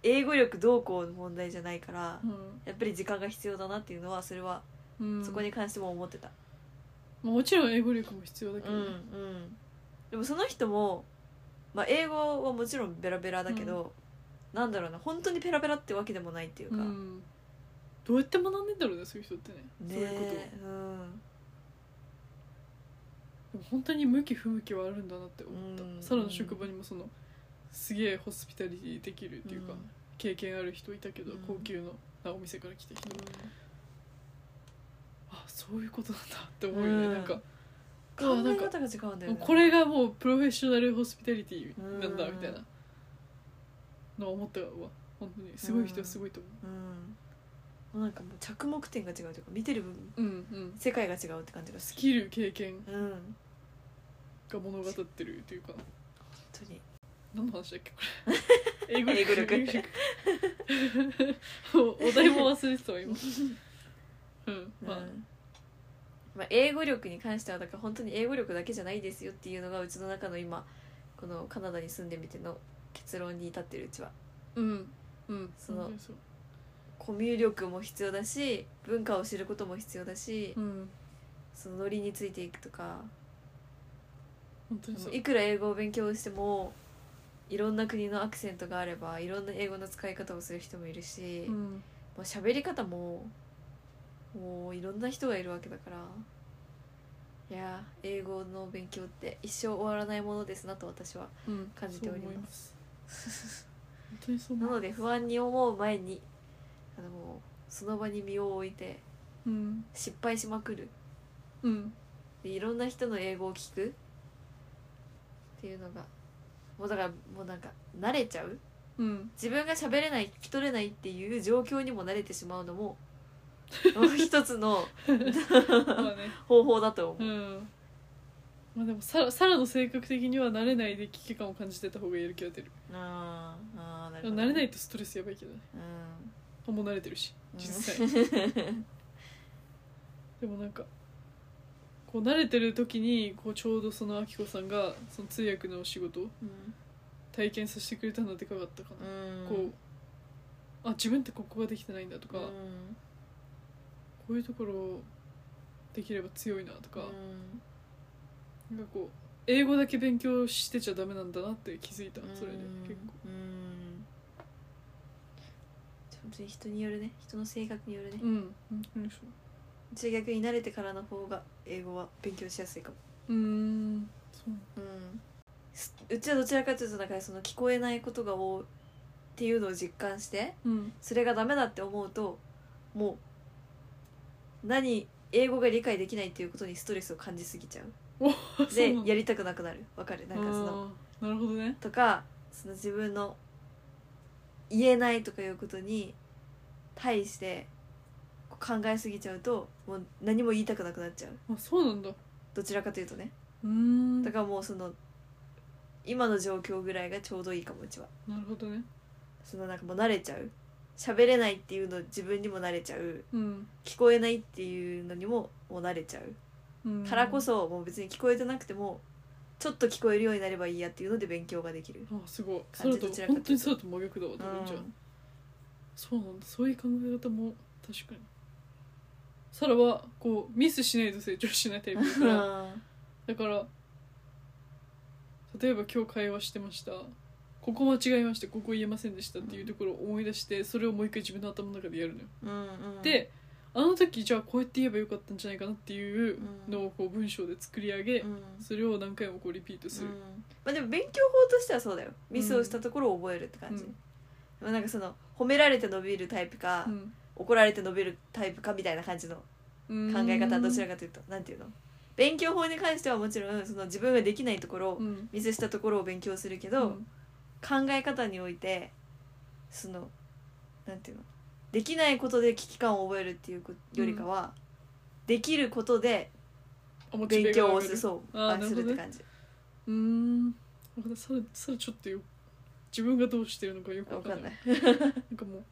Speaker 1: 英語力どうこうの問題じゃないから
Speaker 2: うん
Speaker 1: やっぱり時間が必要だなっていうのはそれは
Speaker 2: うん
Speaker 1: そこに関しても思ってた、
Speaker 2: まあもちろん英語力も必要だけ
Speaker 1: う
Speaker 2: ど、
Speaker 1: んうんでもその人も、まあ、英語はもちろんベラベラだけど、なんだろうな本当にペラペラってわけでもないっていう
Speaker 2: う
Speaker 1: か、
Speaker 2: んどうやって学んでんだろうねそういう人ってね
Speaker 1: ね
Speaker 2: そういうことをで
Speaker 1: うん
Speaker 2: も本当に向き不向きはあるんだなって思った、
Speaker 1: うん
Speaker 2: サラの職場にもそのすげえホスピタリティできるっていうか、
Speaker 1: うん
Speaker 2: 経験ある人いたけど、
Speaker 1: うん
Speaker 2: 高級のなお店から来た人、あそういうことなんだって思うよね、
Speaker 1: うん
Speaker 2: なんか
Speaker 1: 考え方が違うんだよね
Speaker 2: これがもうプロフェッショナルホスピタリティなんだ
Speaker 1: うん
Speaker 2: みたいなのを思ったわ本当にすごい人はすごいと思
Speaker 1: うんもうなんかもう着目点が違うというか見てる部分
Speaker 2: う、うんうん、
Speaker 1: 世界が違うって感じがす
Speaker 2: スキル経験
Speaker 1: るうん本
Speaker 2: が物語ってるというか
Speaker 1: 当に
Speaker 2: 何の話だっけこ れ英語
Speaker 1: 英語力
Speaker 2: 力 おお題も忘れてたわ 今うんまあ、
Speaker 1: うんまあ、英語力に関してはだから本当に英語力だけじゃないですよっていうのがうちの中の今このカナダに住んでみての結論に至ってるうちは
Speaker 2: うんうん
Speaker 1: その
Speaker 2: 本当にう
Speaker 1: コミュ力も必要だし文化を知ることも必要だし、
Speaker 2: うん
Speaker 1: そのノリについていくとか
Speaker 2: 本当にそう
Speaker 1: いくら英語を勉強してもいろんな国のアクセントがあればいろんな英語の使い方をする人もいるし、
Speaker 2: う
Speaker 1: も
Speaker 2: ん
Speaker 1: う喋り方ももういろんな人がいるわけだからいやー英語の勉強って一生終わらないものですなと私は
Speaker 2: うん
Speaker 1: 感じており
Speaker 2: そう思い
Speaker 1: ま
Speaker 2: ます本当にそう
Speaker 1: な
Speaker 2: 思う
Speaker 1: ので不安に思う前にあのもうその場に身を置いて
Speaker 2: うん
Speaker 1: 失敗しまくる
Speaker 2: うん
Speaker 1: でいろんな人の英語を聞くっていうのがもうだからもうなんか慣れちゃう
Speaker 2: うん
Speaker 1: 自分が喋れない聞き取れないっていう状況にも慣れてしまうの ももう一つの
Speaker 2: まあね
Speaker 1: 方法だと思う、
Speaker 2: うんまあでもサラサラの性格的には慣れないで危機感を感じてた方がやる気が出る
Speaker 1: あーあーなるほど
Speaker 2: 慣れないとストレスやばいけどね
Speaker 1: うん
Speaker 2: あもう慣れてるし実際、でもなんかこう慣れてる時にこうちょうどそのあきこさんがその通訳のお仕事を
Speaker 1: うん
Speaker 2: 体験させてくれたのはでかかったかな、
Speaker 1: うん
Speaker 2: こうあ自分ってここができてないんだとか、
Speaker 1: う
Speaker 2: こ
Speaker 1: ん
Speaker 2: ういうところできれば強いなとか、
Speaker 1: うん
Speaker 2: なんかこう英語だけ勉強してちゃダメなんだなって気づいたそれで
Speaker 1: うん
Speaker 2: 結構
Speaker 1: うん本当に人によるね人の性格によるね
Speaker 2: うん本当にそう
Speaker 1: うちは逆に慣れてからの方が英語は勉強しやすいかも
Speaker 2: うーんそう
Speaker 1: うんすうちはどちらかというとなんかその聞こえないことが多いっていうのを実感して
Speaker 2: うん
Speaker 1: それがダメだって思うともう何英語が理解できないっていうことにストレスを感じすぎちゃうでやりたくなくなるわかるなんかその
Speaker 2: あーなるほどね
Speaker 1: とかその自分の言えないとかいうことに対してこう考えすぎちゃうともう何も言いたくなくなっちゃう
Speaker 2: あそうなんだう
Speaker 1: どちらかというとね
Speaker 2: ーん
Speaker 1: だからもうその今の状況ぐらいがちょうどいいかもうちは
Speaker 2: なるほどね
Speaker 1: そのなんかもう慣れちゃう喋れないっていうの自分にも慣れちゃう
Speaker 2: うん、
Speaker 1: 聞こえないっていうのにももう慣れちゃう
Speaker 2: うん、
Speaker 1: からこそもう別に聞こえてなくてもちょっと聞こえるようになればいいやっていうので勉強ができる、
Speaker 2: あすごいそ
Speaker 1: 感
Speaker 2: れ
Speaker 1: じ
Speaker 2: と
Speaker 1: どちらかと
Speaker 2: 本
Speaker 1: いうと
Speaker 2: 当にそうだと真逆だわ
Speaker 1: う
Speaker 2: 多分じゃあ
Speaker 1: ん、
Speaker 2: そうなんだそういう考え方も確かにサラはこうミスしないと成長しないタイプだか
Speaker 1: う
Speaker 2: ら
Speaker 1: ん
Speaker 2: だから例えば今日会話してましたここ間違えましたここ言えませんでしたっていうところを思い出してそれをもう一回自分の頭の中でやるのよ、
Speaker 1: うん、
Speaker 2: であの時じゃあこうやって言えばよかったんじゃないかなっていうのをこう文章で作り上げ、
Speaker 1: うん、
Speaker 2: それを何回もこうリピートす
Speaker 1: う
Speaker 2: る、
Speaker 1: んまあ、でも勉強法としてはそうだよミスをしたところを覚えるって感じ、
Speaker 2: うん
Speaker 1: まあ、なんかその褒められて伸びるタイプか、
Speaker 2: うん
Speaker 1: 怒られて伸びるタイプかみたいな感じの考え方はどちら
Speaker 2: か
Speaker 1: かというとなんていうの勉強法に関してはもちろんその自分ができないところ、
Speaker 2: うん
Speaker 1: ミスしたところを勉強するけど、考え方においてそのなんていうのできないことで危機感を覚えるっていうこよりかは、できることで
Speaker 2: あモチベが
Speaker 1: 勉
Speaker 2: 上
Speaker 1: 強
Speaker 2: が
Speaker 1: を
Speaker 2: る
Speaker 1: するそう
Speaker 2: あーな
Speaker 1: あ
Speaker 2: る
Speaker 1: す
Speaker 2: ほど
Speaker 1: る
Speaker 2: ね
Speaker 1: って感じ
Speaker 2: うーんだからさらさらちょっとよ自分がどうしてるのかよく
Speaker 1: 分
Speaker 2: わか
Speaker 1: か
Speaker 2: ん
Speaker 1: ん
Speaker 2: な
Speaker 1: ないい
Speaker 2: なんかもう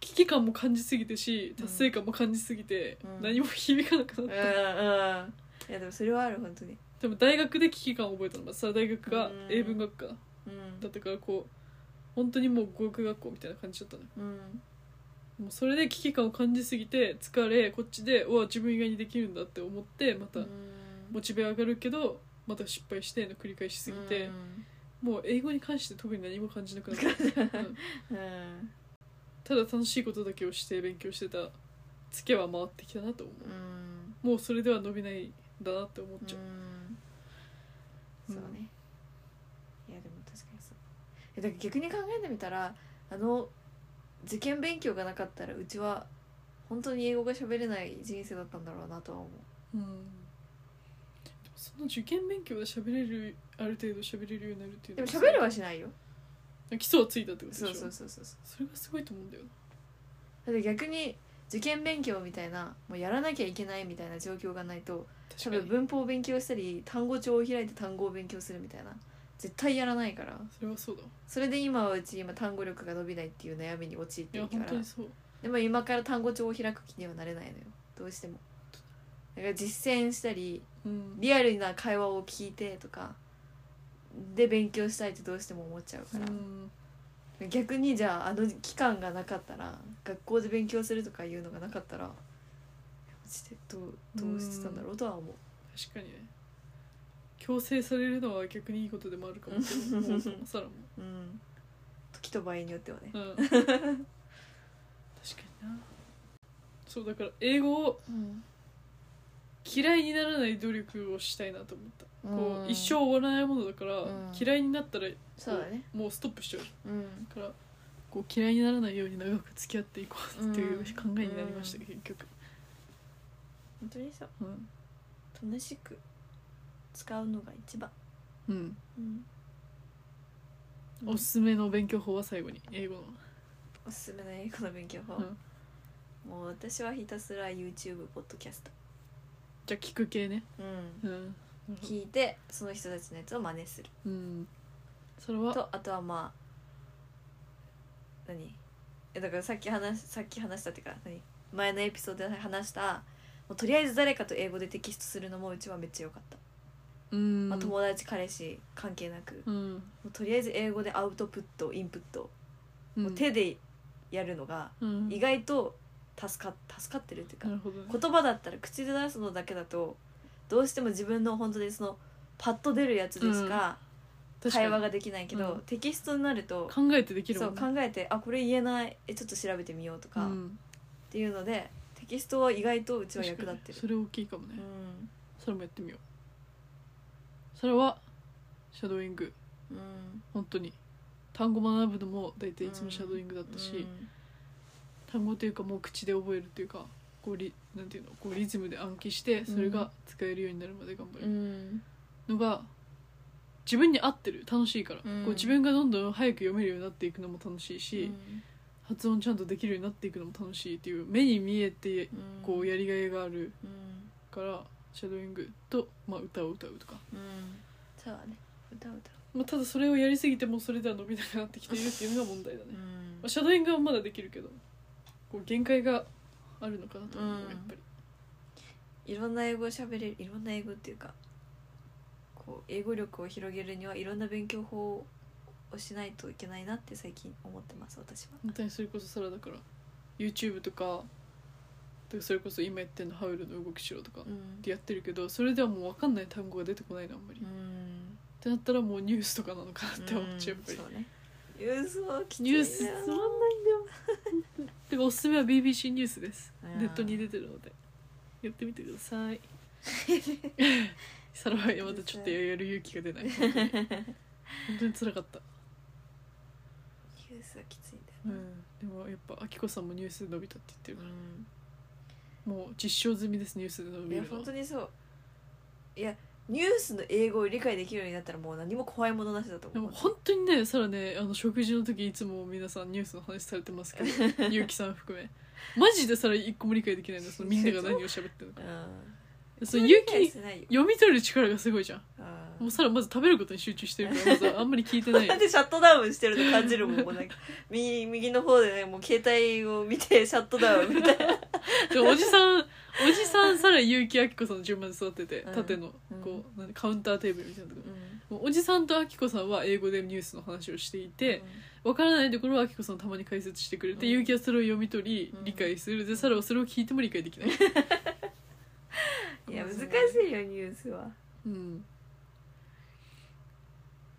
Speaker 2: 危機感も感じすぎてし
Speaker 1: うん
Speaker 2: 達成感も感じすぎて、
Speaker 1: うん
Speaker 2: 何も響かなく
Speaker 1: う
Speaker 2: なっ
Speaker 1: んうん
Speaker 2: た、
Speaker 1: いやでもそれはある本当に
Speaker 2: でも大学で危機感を覚えたのがさ大学が
Speaker 1: うん
Speaker 2: 英文学科
Speaker 1: うん
Speaker 2: だったからこう本当にもう語学学校みたいな感じだったのよ
Speaker 1: うん
Speaker 2: もうそれで危機感を感じすぎて疲れこっちでうわ自分以外にできるんだって思ってまたモチベ上がるけどまた失敗しての繰り返しすぎて、もう英語に関して特に何も感じなくなった
Speaker 1: うんうん
Speaker 2: ただ楽しいことだけをして勉強してたツケは回ってきたなと思
Speaker 1: うんうん
Speaker 2: うもうそれでは伸びないんだなって思っちゃう、
Speaker 1: そうねいやでも確かにそういやだから逆に考えてみたらあの受験勉強がなかったらうちは本当に英語が喋れない人生だったんだろうなとは思う
Speaker 2: うんでもその受験勉強で喋れるある程度喋れるようになるっていうの
Speaker 1: でも
Speaker 2: は
Speaker 1: 喋れはしないよ
Speaker 2: 基礎はついたってことでし
Speaker 1: そ
Speaker 2: ょ
Speaker 1: うそうそうそうそ
Speaker 2: それがすごいと思うんだよな
Speaker 1: うだって逆に受験勉強みたいなもうやらなきゃいけないみたいな状況がないと
Speaker 2: 確
Speaker 1: 多
Speaker 2: か
Speaker 1: 分
Speaker 2: に
Speaker 1: 文法を勉強したり単語帳を開いて単語を勉強するみたいな絶対やらないから
Speaker 2: それはそうだわ
Speaker 1: それで今はうち今単語力が伸びないっていう悩みに陥っ
Speaker 2: い
Speaker 1: て
Speaker 2: や
Speaker 1: るか
Speaker 2: 本
Speaker 1: ら
Speaker 2: 当にそう
Speaker 1: でも今から単語帳を開く気にはなれないのよどうしてもだから実践したり
Speaker 2: うん
Speaker 1: リアルな会話を聞いてとかで勉強したいってどうしても思っちゃう
Speaker 2: う
Speaker 1: から、
Speaker 2: ん
Speaker 1: 逆にじゃああの期間がなかったら学校で勉強するとかいうのがなかったらマジでどうどうしてたんだろうとは思う
Speaker 2: 確かにね強制されるのは逆にいいことでもあるかもしれ ないもうさらも
Speaker 1: うん、時と場合によってはね
Speaker 2: うん確かになそうだから英語を嫌いにならない努力をしたいなと思ったこう一生終わらないものだから、
Speaker 1: うん
Speaker 2: 嫌いになったら
Speaker 1: そうだね
Speaker 2: もうストップしちゃう
Speaker 1: うん
Speaker 2: からこう嫌いにならないように長く付き合っていこうっていう
Speaker 1: うん
Speaker 2: 考えになりました、
Speaker 1: うん
Speaker 2: 結局、
Speaker 1: 本当にそう
Speaker 2: うん
Speaker 1: 楽しく使うのが一番
Speaker 2: うん
Speaker 1: うん
Speaker 2: おすすめの勉強法は最後に英語の
Speaker 1: おすすめの英語の勉強法、
Speaker 2: うん
Speaker 1: もう私はひたすら YouTube ポッドキャス
Speaker 2: じゃあ聞く系ね
Speaker 1: ト、うん、
Speaker 2: うん、
Speaker 1: 聞いてその人たちのやつを真似する
Speaker 2: うん、それは
Speaker 1: とあとはまあ何えだからさっき話さっき話したっていうか何前のエピソードで話したもうとりあえず誰かと英語でテキストするのもうちはめっちゃ良かった、
Speaker 2: うん
Speaker 1: まあ、友達彼氏関係なく、も
Speaker 2: うん
Speaker 1: うとりあえず英語でアウトプットインプット、
Speaker 2: うん
Speaker 1: もう手でやるのが
Speaker 2: うん
Speaker 1: 意外と助か助かってるっていうか
Speaker 2: なるほどね
Speaker 1: 言葉だったら口で出すのだけだとどうしても自分の本当にそのパッと出るやつで
Speaker 2: 確
Speaker 1: しか
Speaker 2: かに
Speaker 1: 会話ができないけど、
Speaker 2: うん
Speaker 1: テキストになると、
Speaker 2: 考えてできる
Speaker 1: そ
Speaker 2: も
Speaker 1: うん考えてあこれ言えないえちょっと調べてみようとか、
Speaker 2: う
Speaker 1: っ
Speaker 2: ん
Speaker 1: ていうのでテキストは意外とうちは役
Speaker 2: 確か
Speaker 1: 立っ
Speaker 2: に
Speaker 1: てる
Speaker 2: そ。れ大きいかもね、
Speaker 1: うん
Speaker 2: それもやってみようそれはシャドーイング
Speaker 1: うん
Speaker 2: 本当に単語学ぶのも大体いつもシャドーイングだったし、
Speaker 1: うん
Speaker 2: 単語というかもう口で覚えるというかこうリなんていうのこうリズムで暗記してそれが使えるようになるまで頑張
Speaker 1: う
Speaker 2: る
Speaker 1: ん
Speaker 2: のが自分に合ってる楽しいから、
Speaker 1: うん
Speaker 2: こう自分がどんどん早く読めるようになっていくのも楽しいし、
Speaker 1: う
Speaker 2: 発音ちゃんとできるようになっていくのも楽しいっていう目に見えて
Speaker 1: ん
Speaker 2: こうやりがいがある
Speaker 1: うん
Speaker 2: からシャドーイングと、まあ、歌を歌うとか、
Speaker 1: うんそうだね歌う歌う
Speaker 2: まあ、ただそれをやりすぎてもそれでは伸びなくなってきているっていうのが問題だね
Speaker 1: う、ん
Speaker 2: まあ、シャドーイングはまだできるけどこう限界があるのかなと思う、
Speaker 1: うん
Speaker 2: やっぱり
Speaker 1: いろんな英語を喋れるいろんな英語っていうかこう英語力を広げるにはいろんな勉強法をしないといけないなって最近思ってます私は。
Speaker 2: 本当にそれこそサラだから YouTube とかでそれこそ今やってるの「ハウルの動きしろ」とかっ
Speaker 1: うん
Speaker 2: てやってるけどそれではもう分かんない単語が出てこないのあんまり、
Speaker 1: う
Speaker 2: っ
Speaker 1: ん
Speaker 2: てなったらもうニュースとかなのかなって思っちゃうやっぱり
Speaker 1: んそうねニュースはきつい
Speaker 2: ニ
Speaker 1: な
Speaker 2: ュースつまんないんだよ でもおすすめは BBC ニュースです
Speaker 1: うん
Speaker 2: ネットに出てるのでやってみてくださ いサラはまだちょっとやる勇気が出 ない本当に本当につらかった、
Speaker 1: ニュースはきついんだよ
Speaker 2: う
Speaker 1: な、
Speaker 2: ん、でもやっぱあきこさんもニュースで伸びたって言ってるから
Speaker 1: う
Speaker 2: もう実証済みですニュースで伸
Speaker 1: んい
Speaker 2: び
Speaker 1: や
Speaker 2: るの
Speaker 1: 本
Speaker 2: は
Speaker 1: 当にそういやニュースの英語を理解できるようになったらもう何も怖いものなしだと
Speaker 2: でも
Speaker 1: 思う
Speaker 2: 本当にねサラねあの食事の時いつも皆さんニュースの話されてますけ どゆうきさん含めマジでサラ一個も理解できないんだそのみんなが何を喋ってるのか
Speaker 1: うん
Speaker 2: そのゆう
Speaker 1: 理解し
Speaker 2: き
Speaker 1: てないよ
Speaker 2: 読み取る力がすごいじゃん
Speaker 1: うん
Speaker 2: もうサラまず食べることに集中してるからまずあんまり聞いてない
Speaker 1: なんでシャットダウンしてるの感じるもんもうなんか右右の方でねもう携帯を 見てシャットダウンみたいな
Speaker 2: でおじさんおじさんサラゆうきあきこさんの順番で育ってて
Speaker 1: うん
Speaker 2: 縦の
Speaker 1: うん
Speaker 2: こうなんでカウンターテーブルみたいなとこもうおじさんとあきこさんは英語でニュースの話をしていて、わからないところはあきこさんたまに解説してくれて、
Speaker 1: うん
Speaker 2: ゆうきはそれを読み取り、
Speaker 1: うん
Speaker 2: 理解するでサラはそれを聞いても理解できない、
Speaker 1: うんいや難しいよニュースは
Speaker 2: うん、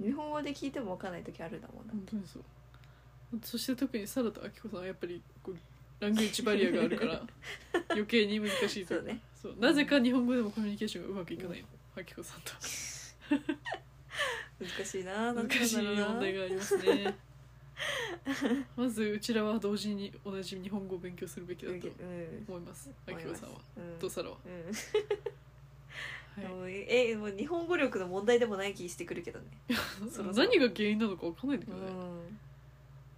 Speaker 1: 日本語で聞いても分かんない時あるんだもんな
Speaker 2: 本当にそうそして特にサラとあきこさんはやっぱりこうランゲージバリアがあるから 余計に難しいとい
Speaker 1: そううね
Speaker 2: そうなぜか日本語でもコミュニケーションがうまくいかないのあきこさんと
Speaker 1: 難しいなな
Speaker 2: 難
Speaker 1: んかなん
Speaker 2: しい
Speaker 1: だろうな
Speaker 2: 問題がありますねまずうちらは同時に同じ日本語を勉強するべきだ
Speaker 1: うん
Speaker 2: と思いますあきこさんは
Speaker 1: うん
Speaker 2: とさらは、
Speaker 1: う
Speaker 2: はい
Speaker 1: ん、もうえもう日本語力の問題でもない気してくるけどね、そろそろ
Speaker 2: 何が原因なのかわかんないんだけ
Speaker 1: う
Speaker 2: どね、
Speaker 1: ん、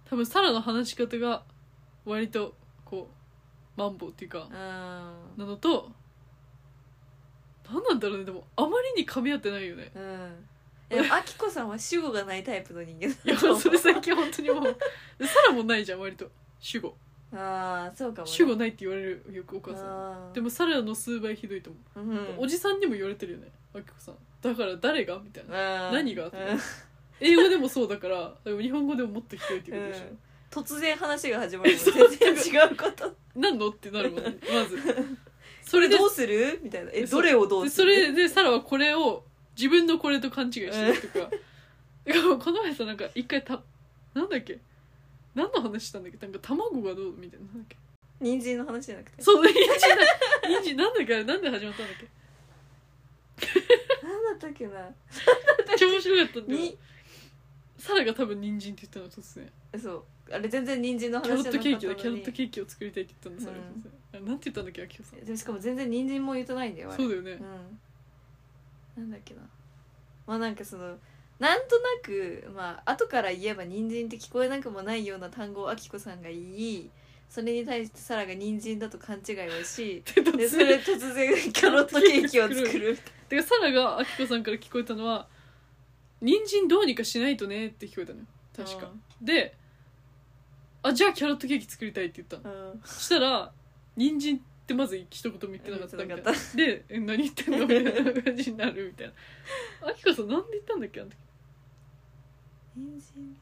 Speaker 2: 多分サラの話し方が割とこうマンボウっていうか
Speaker 1: う
Speaker 2: なのと何なんだろうねでもあまりに噛み合ってないよね
Speaker 1: んでもあきこさんは主語がないタイプの人間
Speaker 2: いやそれ最近本当に もうでサラもないじゃん割と主語
Speaker 1: ああそうかも、ね、
Speaker 2: 主語ないって言われるよくお母さ
Speaker 1: あ
Speaker 2: ん
Speaker 1: ー
Speaker 2: でもサラの数倍ひどいと思
Speaker 1: う
Speaker 2: う、
Speaker 1: ん
Speaker 2: おじさんにも言われてるよねあきこさんだから誰がみたいな何
Speaker 1: 何
Speaker 2: が英語でもそうだからでも日本語でももっとひどいっていうことでしょ、
Speaker 1: 突然話が始まるのに全然違うこと
Speaker 2: 何のってなるもんねま ず
Speaker 1: そ
Speaker 2: そ
Speaker 1: れ
Speaker 2: れで
Speaker 1: どうするみたいなえ
Speaker 2: そう
Speaker 1: どれをどう
Speaker 2: ですそ
Speaker 1: る
Speaker 2: れでサラはこれを自分のこれと勘違いしてるとか だからこの前さなんか一回たなんだっけ何の話したんだっけなんか卵がどうみたいななんだっけ
Speaker 1: 人参の話じゃなく て
Speaker 2: そう人参だ人参なんだっけあれなんで始まったんだっけ
Speaker 1: 何だったっけな
Speaker 2: 超面白かったんだよ
Speaker 1: に
Speaker 2: サラが多分人参って言ったの突然
Speaker 1: そうあれ全然人参の
Speaker 2: キャロ
Speaker 1: 話じ
Speaker 2: ッ
Speaker 1: ゃ
Speaker 2: ト
Speaker 1: な
Speaker 2: ケ
Speaker 1: か
Speaker 2: ー
Speaker 1: っ
Speaker 2: キだ
Speaker 1: たのに
Speaker 2: キャロットケーキを作りたいって言ったのサラが突然、あれなんて言ったんだっけ秋代さん
Speaker 1: でもしかも全然人参も言ってないんだよあれ
Speaker 2: そうだよね、
Speaker 1: うん、なんだっけなまあなんかそのなんとなくまあ後から言えば人参って聞こえなくもないような単語をあきこさんが言いそれに対してサラが人参だと勘違いをし
Speaker 2: で
Speaker 1: で
Speaker 2: 突
Speaker 1: そ
Speaker 2: 然
Speaker 1: れ突然キャロットケーキを作る
Speaker 2: てかサラがアキコさんから聞こえたのは「人参どうにかしないとね」って聞こえたのよ確かであじゃあキャロットケーキ作りたいって言ったの
Speaker 1: うん
Speaker 2: そしたら人参ってまず一言も言ってなかったみたいな
Speaker 1: 言
Speaker 2: でえ「何言ってんの?」みたいな感じになるみたいなアキコさんなんで言ったんだっけあの時
Speaker 1: 人参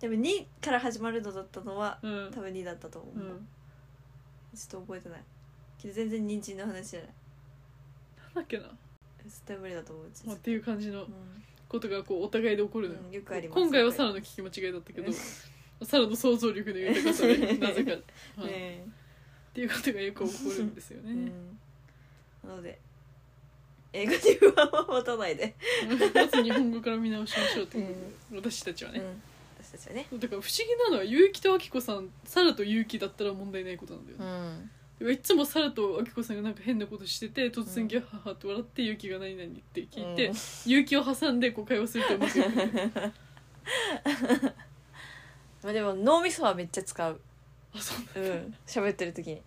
Speaker 1: でも2から始まるのだったのは
Speaker 2: うん
Speaker 1: 多分2だったと思う、
Speaker 2: う
Speaker 1: ちょ
Speaker 2: ん
Speaker 1: っと覚えてないけど全然人参の話じゃない
Speaker 2: なんだっけな、ま
Speaker 1: 絶対無理だと思ううち、
Speaker 2: あ、っていう感じの
Speaker 1: うん
Speaker 2: ことがこうお互いで起こるのよ
Speaker 1: うんよくあります
Speaker 2: 今回はサラの聞き間違いだったけどサラの想像力の豊かさでな ぜか、 はい
Speaker 1: ね
Speaker 2: っていうことがよく起こるんですよ
Speaker 1: え
Speaker 2: ね、
Speaker 1: うんなので英語に不安を持たないで、
Speaker 2: まず日本語から見直しましょうという、私たちは
Speaker 1: う
Speaker 2: ね、
Speaker 1: ん、私たちはね、
Speaker 2: だから不思議なのは結城と明子さんサラと結城だったら問題ないことなんだよね、
Speaker 1: ん、
Speaker 2: いつもサラと明子さんがなんか変なことしてて突然ギャッハッハって笑って結城が何々って聞いて、
Speaker 1: うん
Speaker 2: 結城を挟んでこう会話すると面白い よね
Speaker 1: まあでも脳みそはめっちゃ使う
Speaker 2: あそう
Speaker 1: うん喋ってる時に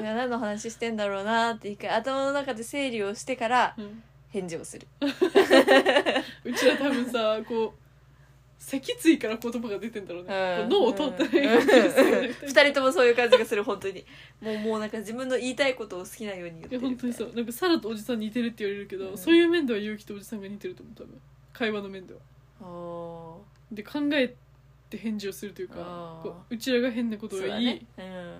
Speaker 1: いや何の話してんだろうなって一回頭の中で整理をしてから
Speaker 2: なんだ、
Speaker 1: 返事をする
Speaker 2: うんうちら多分さこう脊椎から言葉が出てんだろうね、
Speaker 1: うん
Speaker 2: こう脳を通ってない
Speaker 1: うん
Speaker 2: 感じですよね
Speaker 1: 二人ともそういう感じがする本当にもうもうなんか自分の言いたいことを好きなように言っ
Speaker 2: い
Speaker 1: て
Speaker 2: や
Speaker 1: る
Speaker 2: 本当にそうなんかサラとおじさん似てるって言われるけど、
Speaker 1: うん
Speaker 2: そういう面では結城とおじさんが似てると思う多分会話の面では
Speaker 1: お
Speaker 2: で考えて返事をするという
Speaker 1: あ
Speaker 2: か
Speaker 1: ー
Speaker 2: こううちらが変なこ
Speaker 1: ー
Speaker 2: とを
Speaker 1: そうだ
Speaker 2: 言い、
Speaker 1: ね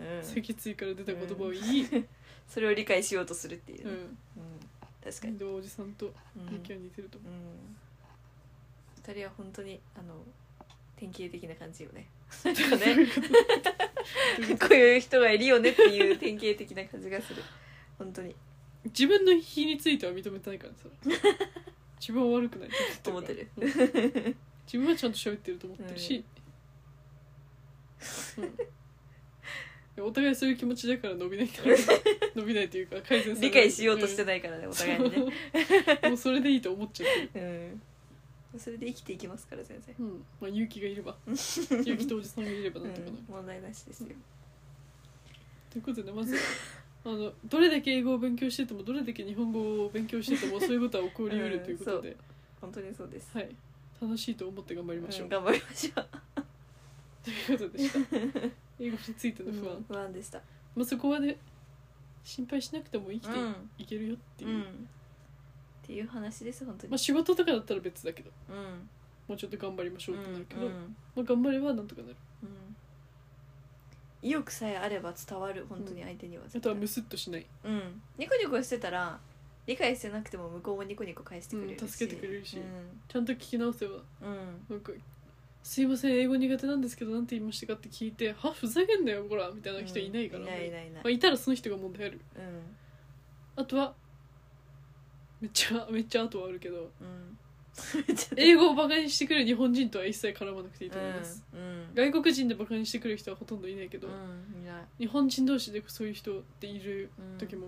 Speaker 1: うん、うん、
Speaker 2: 脊椎から出た言葉を言い、うん
Speaker 1: それを理解しようとするっていうね、うん、確かに、
Speaker 2: でおじさんと
Speaker 1: うん
Speaker 2: ユキは似てると思
Speaker 1: うん二人は本当にあの典型的な感じよ ね
Speaker 2: う、
Speaker 1: なんかね こういう人がいるよねっていう典型的な感じがする本当に
Speaker 2: 自分の非については認めてないからさ 自分は悪くない
Speaker 1: と思ってる
Speaker 2: うん自分はちゃんと喋ってると思ってるし、うんお互いそういう気持ちだから伸びないんだろうね 伸びないというか改善されない
Speaker 1: 理解しようとしてないからねお
Speaker 2: お
Speaker 1: 互いにね、
Speaker 2: もうそれでいいと思っちゃ ってる、
Speaker 1: うん、それで生きていきますから全然、
Speaker 2: うんまあ、勇気がいれ ば勇気とおじさんがいれば
Speaker 1: う
Speaker 2: なんとかなる、
Speaker 1: ん、問題なしですよ、
Speaker 2: ということでまずあのどれだけ英語を勉強しててもどれだけ日本語を勉強しててもそういうことは起こりうるということで、
Speaker 1: 本当にそうです、
Speaker 2: はい、楽しいと思って頑張りましょう、
Speaker 1: うん頑張りましょう
Speaker 2: ということでした 英語についての不安、
Speaker 1: うん不安でした
Speaker 2: まあ、そこまで心配しなくても生きて
Speaker 1: うん
Speaker 2: いけるよっていう、
Speaker 1: うんっていう話です本当に、
Speaker 2: まあ、仕事とかだったら別だけど
Speaker 1: うん
Speaker 2: もうちょっと頑張りましょうってなるけど、
Speaker 1: うんう
Speaker 2: ま
Speaker 1: ん
Speaker 2: あ、頑張ればなんとかなる
Speaker 1: うん意欲さえあれば伝わる本当に相手には、
Speaker 2: あとはムスッとしない、
Speaker 1: うんニコニコしてたら理解してなくても向こうもニコニコ返してくれるし、
Speaker 2: うん助けてくれるし
Speaker 1: うん
Speaker 2: ちゃんと聞き直せば
Speaker 1: うん
Speaker 2: なんか「すいません英語苦手なんですけどなんて言いましたか?」って聞いて「はふざけんなよこら」みたいな人いないから、
Speaker 1: うんいないいないいな
Speaker 2: ま
Speaker 1: い
Speaker 2: あ、いたらその人が問題ある
Speaker 1: うん
Speaker 2: あとはめっちゃめっちゃあとはあるけど
Speaker 1: うん
Speaker 2: 英語をバカにしてくる日本人とは一切絡まなくていいと思います、
Speaker 1: うんうん
Speaker 2: 外国人でバカにしてくる人はほとんどいないけど、
Speaker 1: うんいない
Speaker 2: 日本人同士でそういう人っている
Speaker 1: うん
Speaker 2: 時も,、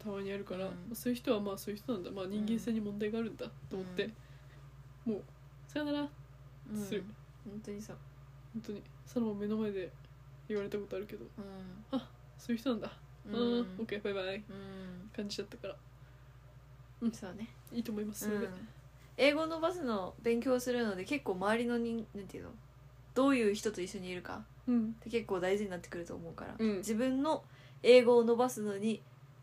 Speaker 2: たまにあるから、
Speaker 1: うん
Speaker 2: そういう人はまあそういう人なんだまあ人間性に問題があるんだと思って、もうさよなら本
Speaker 1: うん
Speaker 2: する
Speaker 1: 本当にそう
Speaker 2: 当にサロも目の前で言われたことあるけど
Speaker 1: うん
Speaker 2: そういう人なんだうん
Speaker 1: うん
Speaker 2: OK バイバイ
Speaker 1: うん
Speaker 2: 感じだったから
Speaker 1: そうね
Speaker 2: いいと思います、
Speaker 1: う
Speaker 2: それで
Speaker 1: ん英語を伸ばすの勉強するので結構周りの人なんていうのどういう人と一緒にいるか
Speaker 2: うん
Speaker 1: って結構大事になってくると思うから、
Speaker 2: うん
Speaker 1: 自分の英語を伸ばすのに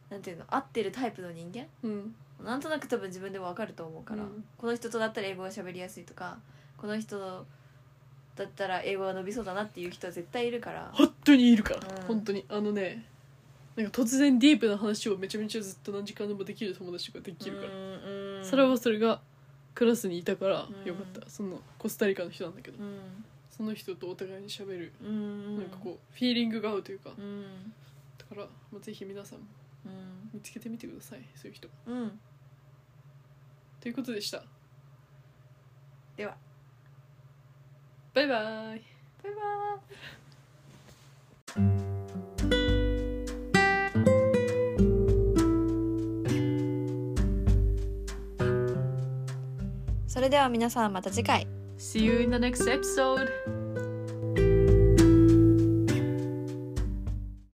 Speaker 1: なんていうの合ってるタイプの人間
Speaker 2: うん
Speaker 1: なんとなく多分自分でも分かると思うから、
Speaker 2: うん
Speaker 1: この人とだったら英語が喋りやすいとかこの人だったら英語が伸びそうだなっていう人は絶対いるから
Speaker 2: 本当にいるから、
Speaker 1: うん
Speaker 2: 本当にあのねなんか突然ディープな話をめちゃめちゃずっと何時間でもできる友達ができるから、
Speaker 1: うんうん
Speaker 2: それはそれがクラスにいたから
Speaker 1: うん
Speaker 2: よかった、そのコスタリカの人なんだけど
Speaker 1: うん
Speaker 2: その人とお互いに喋る、
Speaker 1: うん
Speaker 2: なんかこうフィーリングが合うというか、
Speaker 1: う
Speaker 2: だ
Speaker 1: ん
Speaker 2: から、まあ、ぜひ皆さんも
Speaker 1: うん
Speaker 2: 見つけてみてくださいそういう人
Speaker 1: うん
Speaker 2: ということでした
Speaker 1: では
Speaker 2: バイバイ
Speaker 1: バイバイそれでは皆さんまた次回
Speaker 2: See you in the next episode!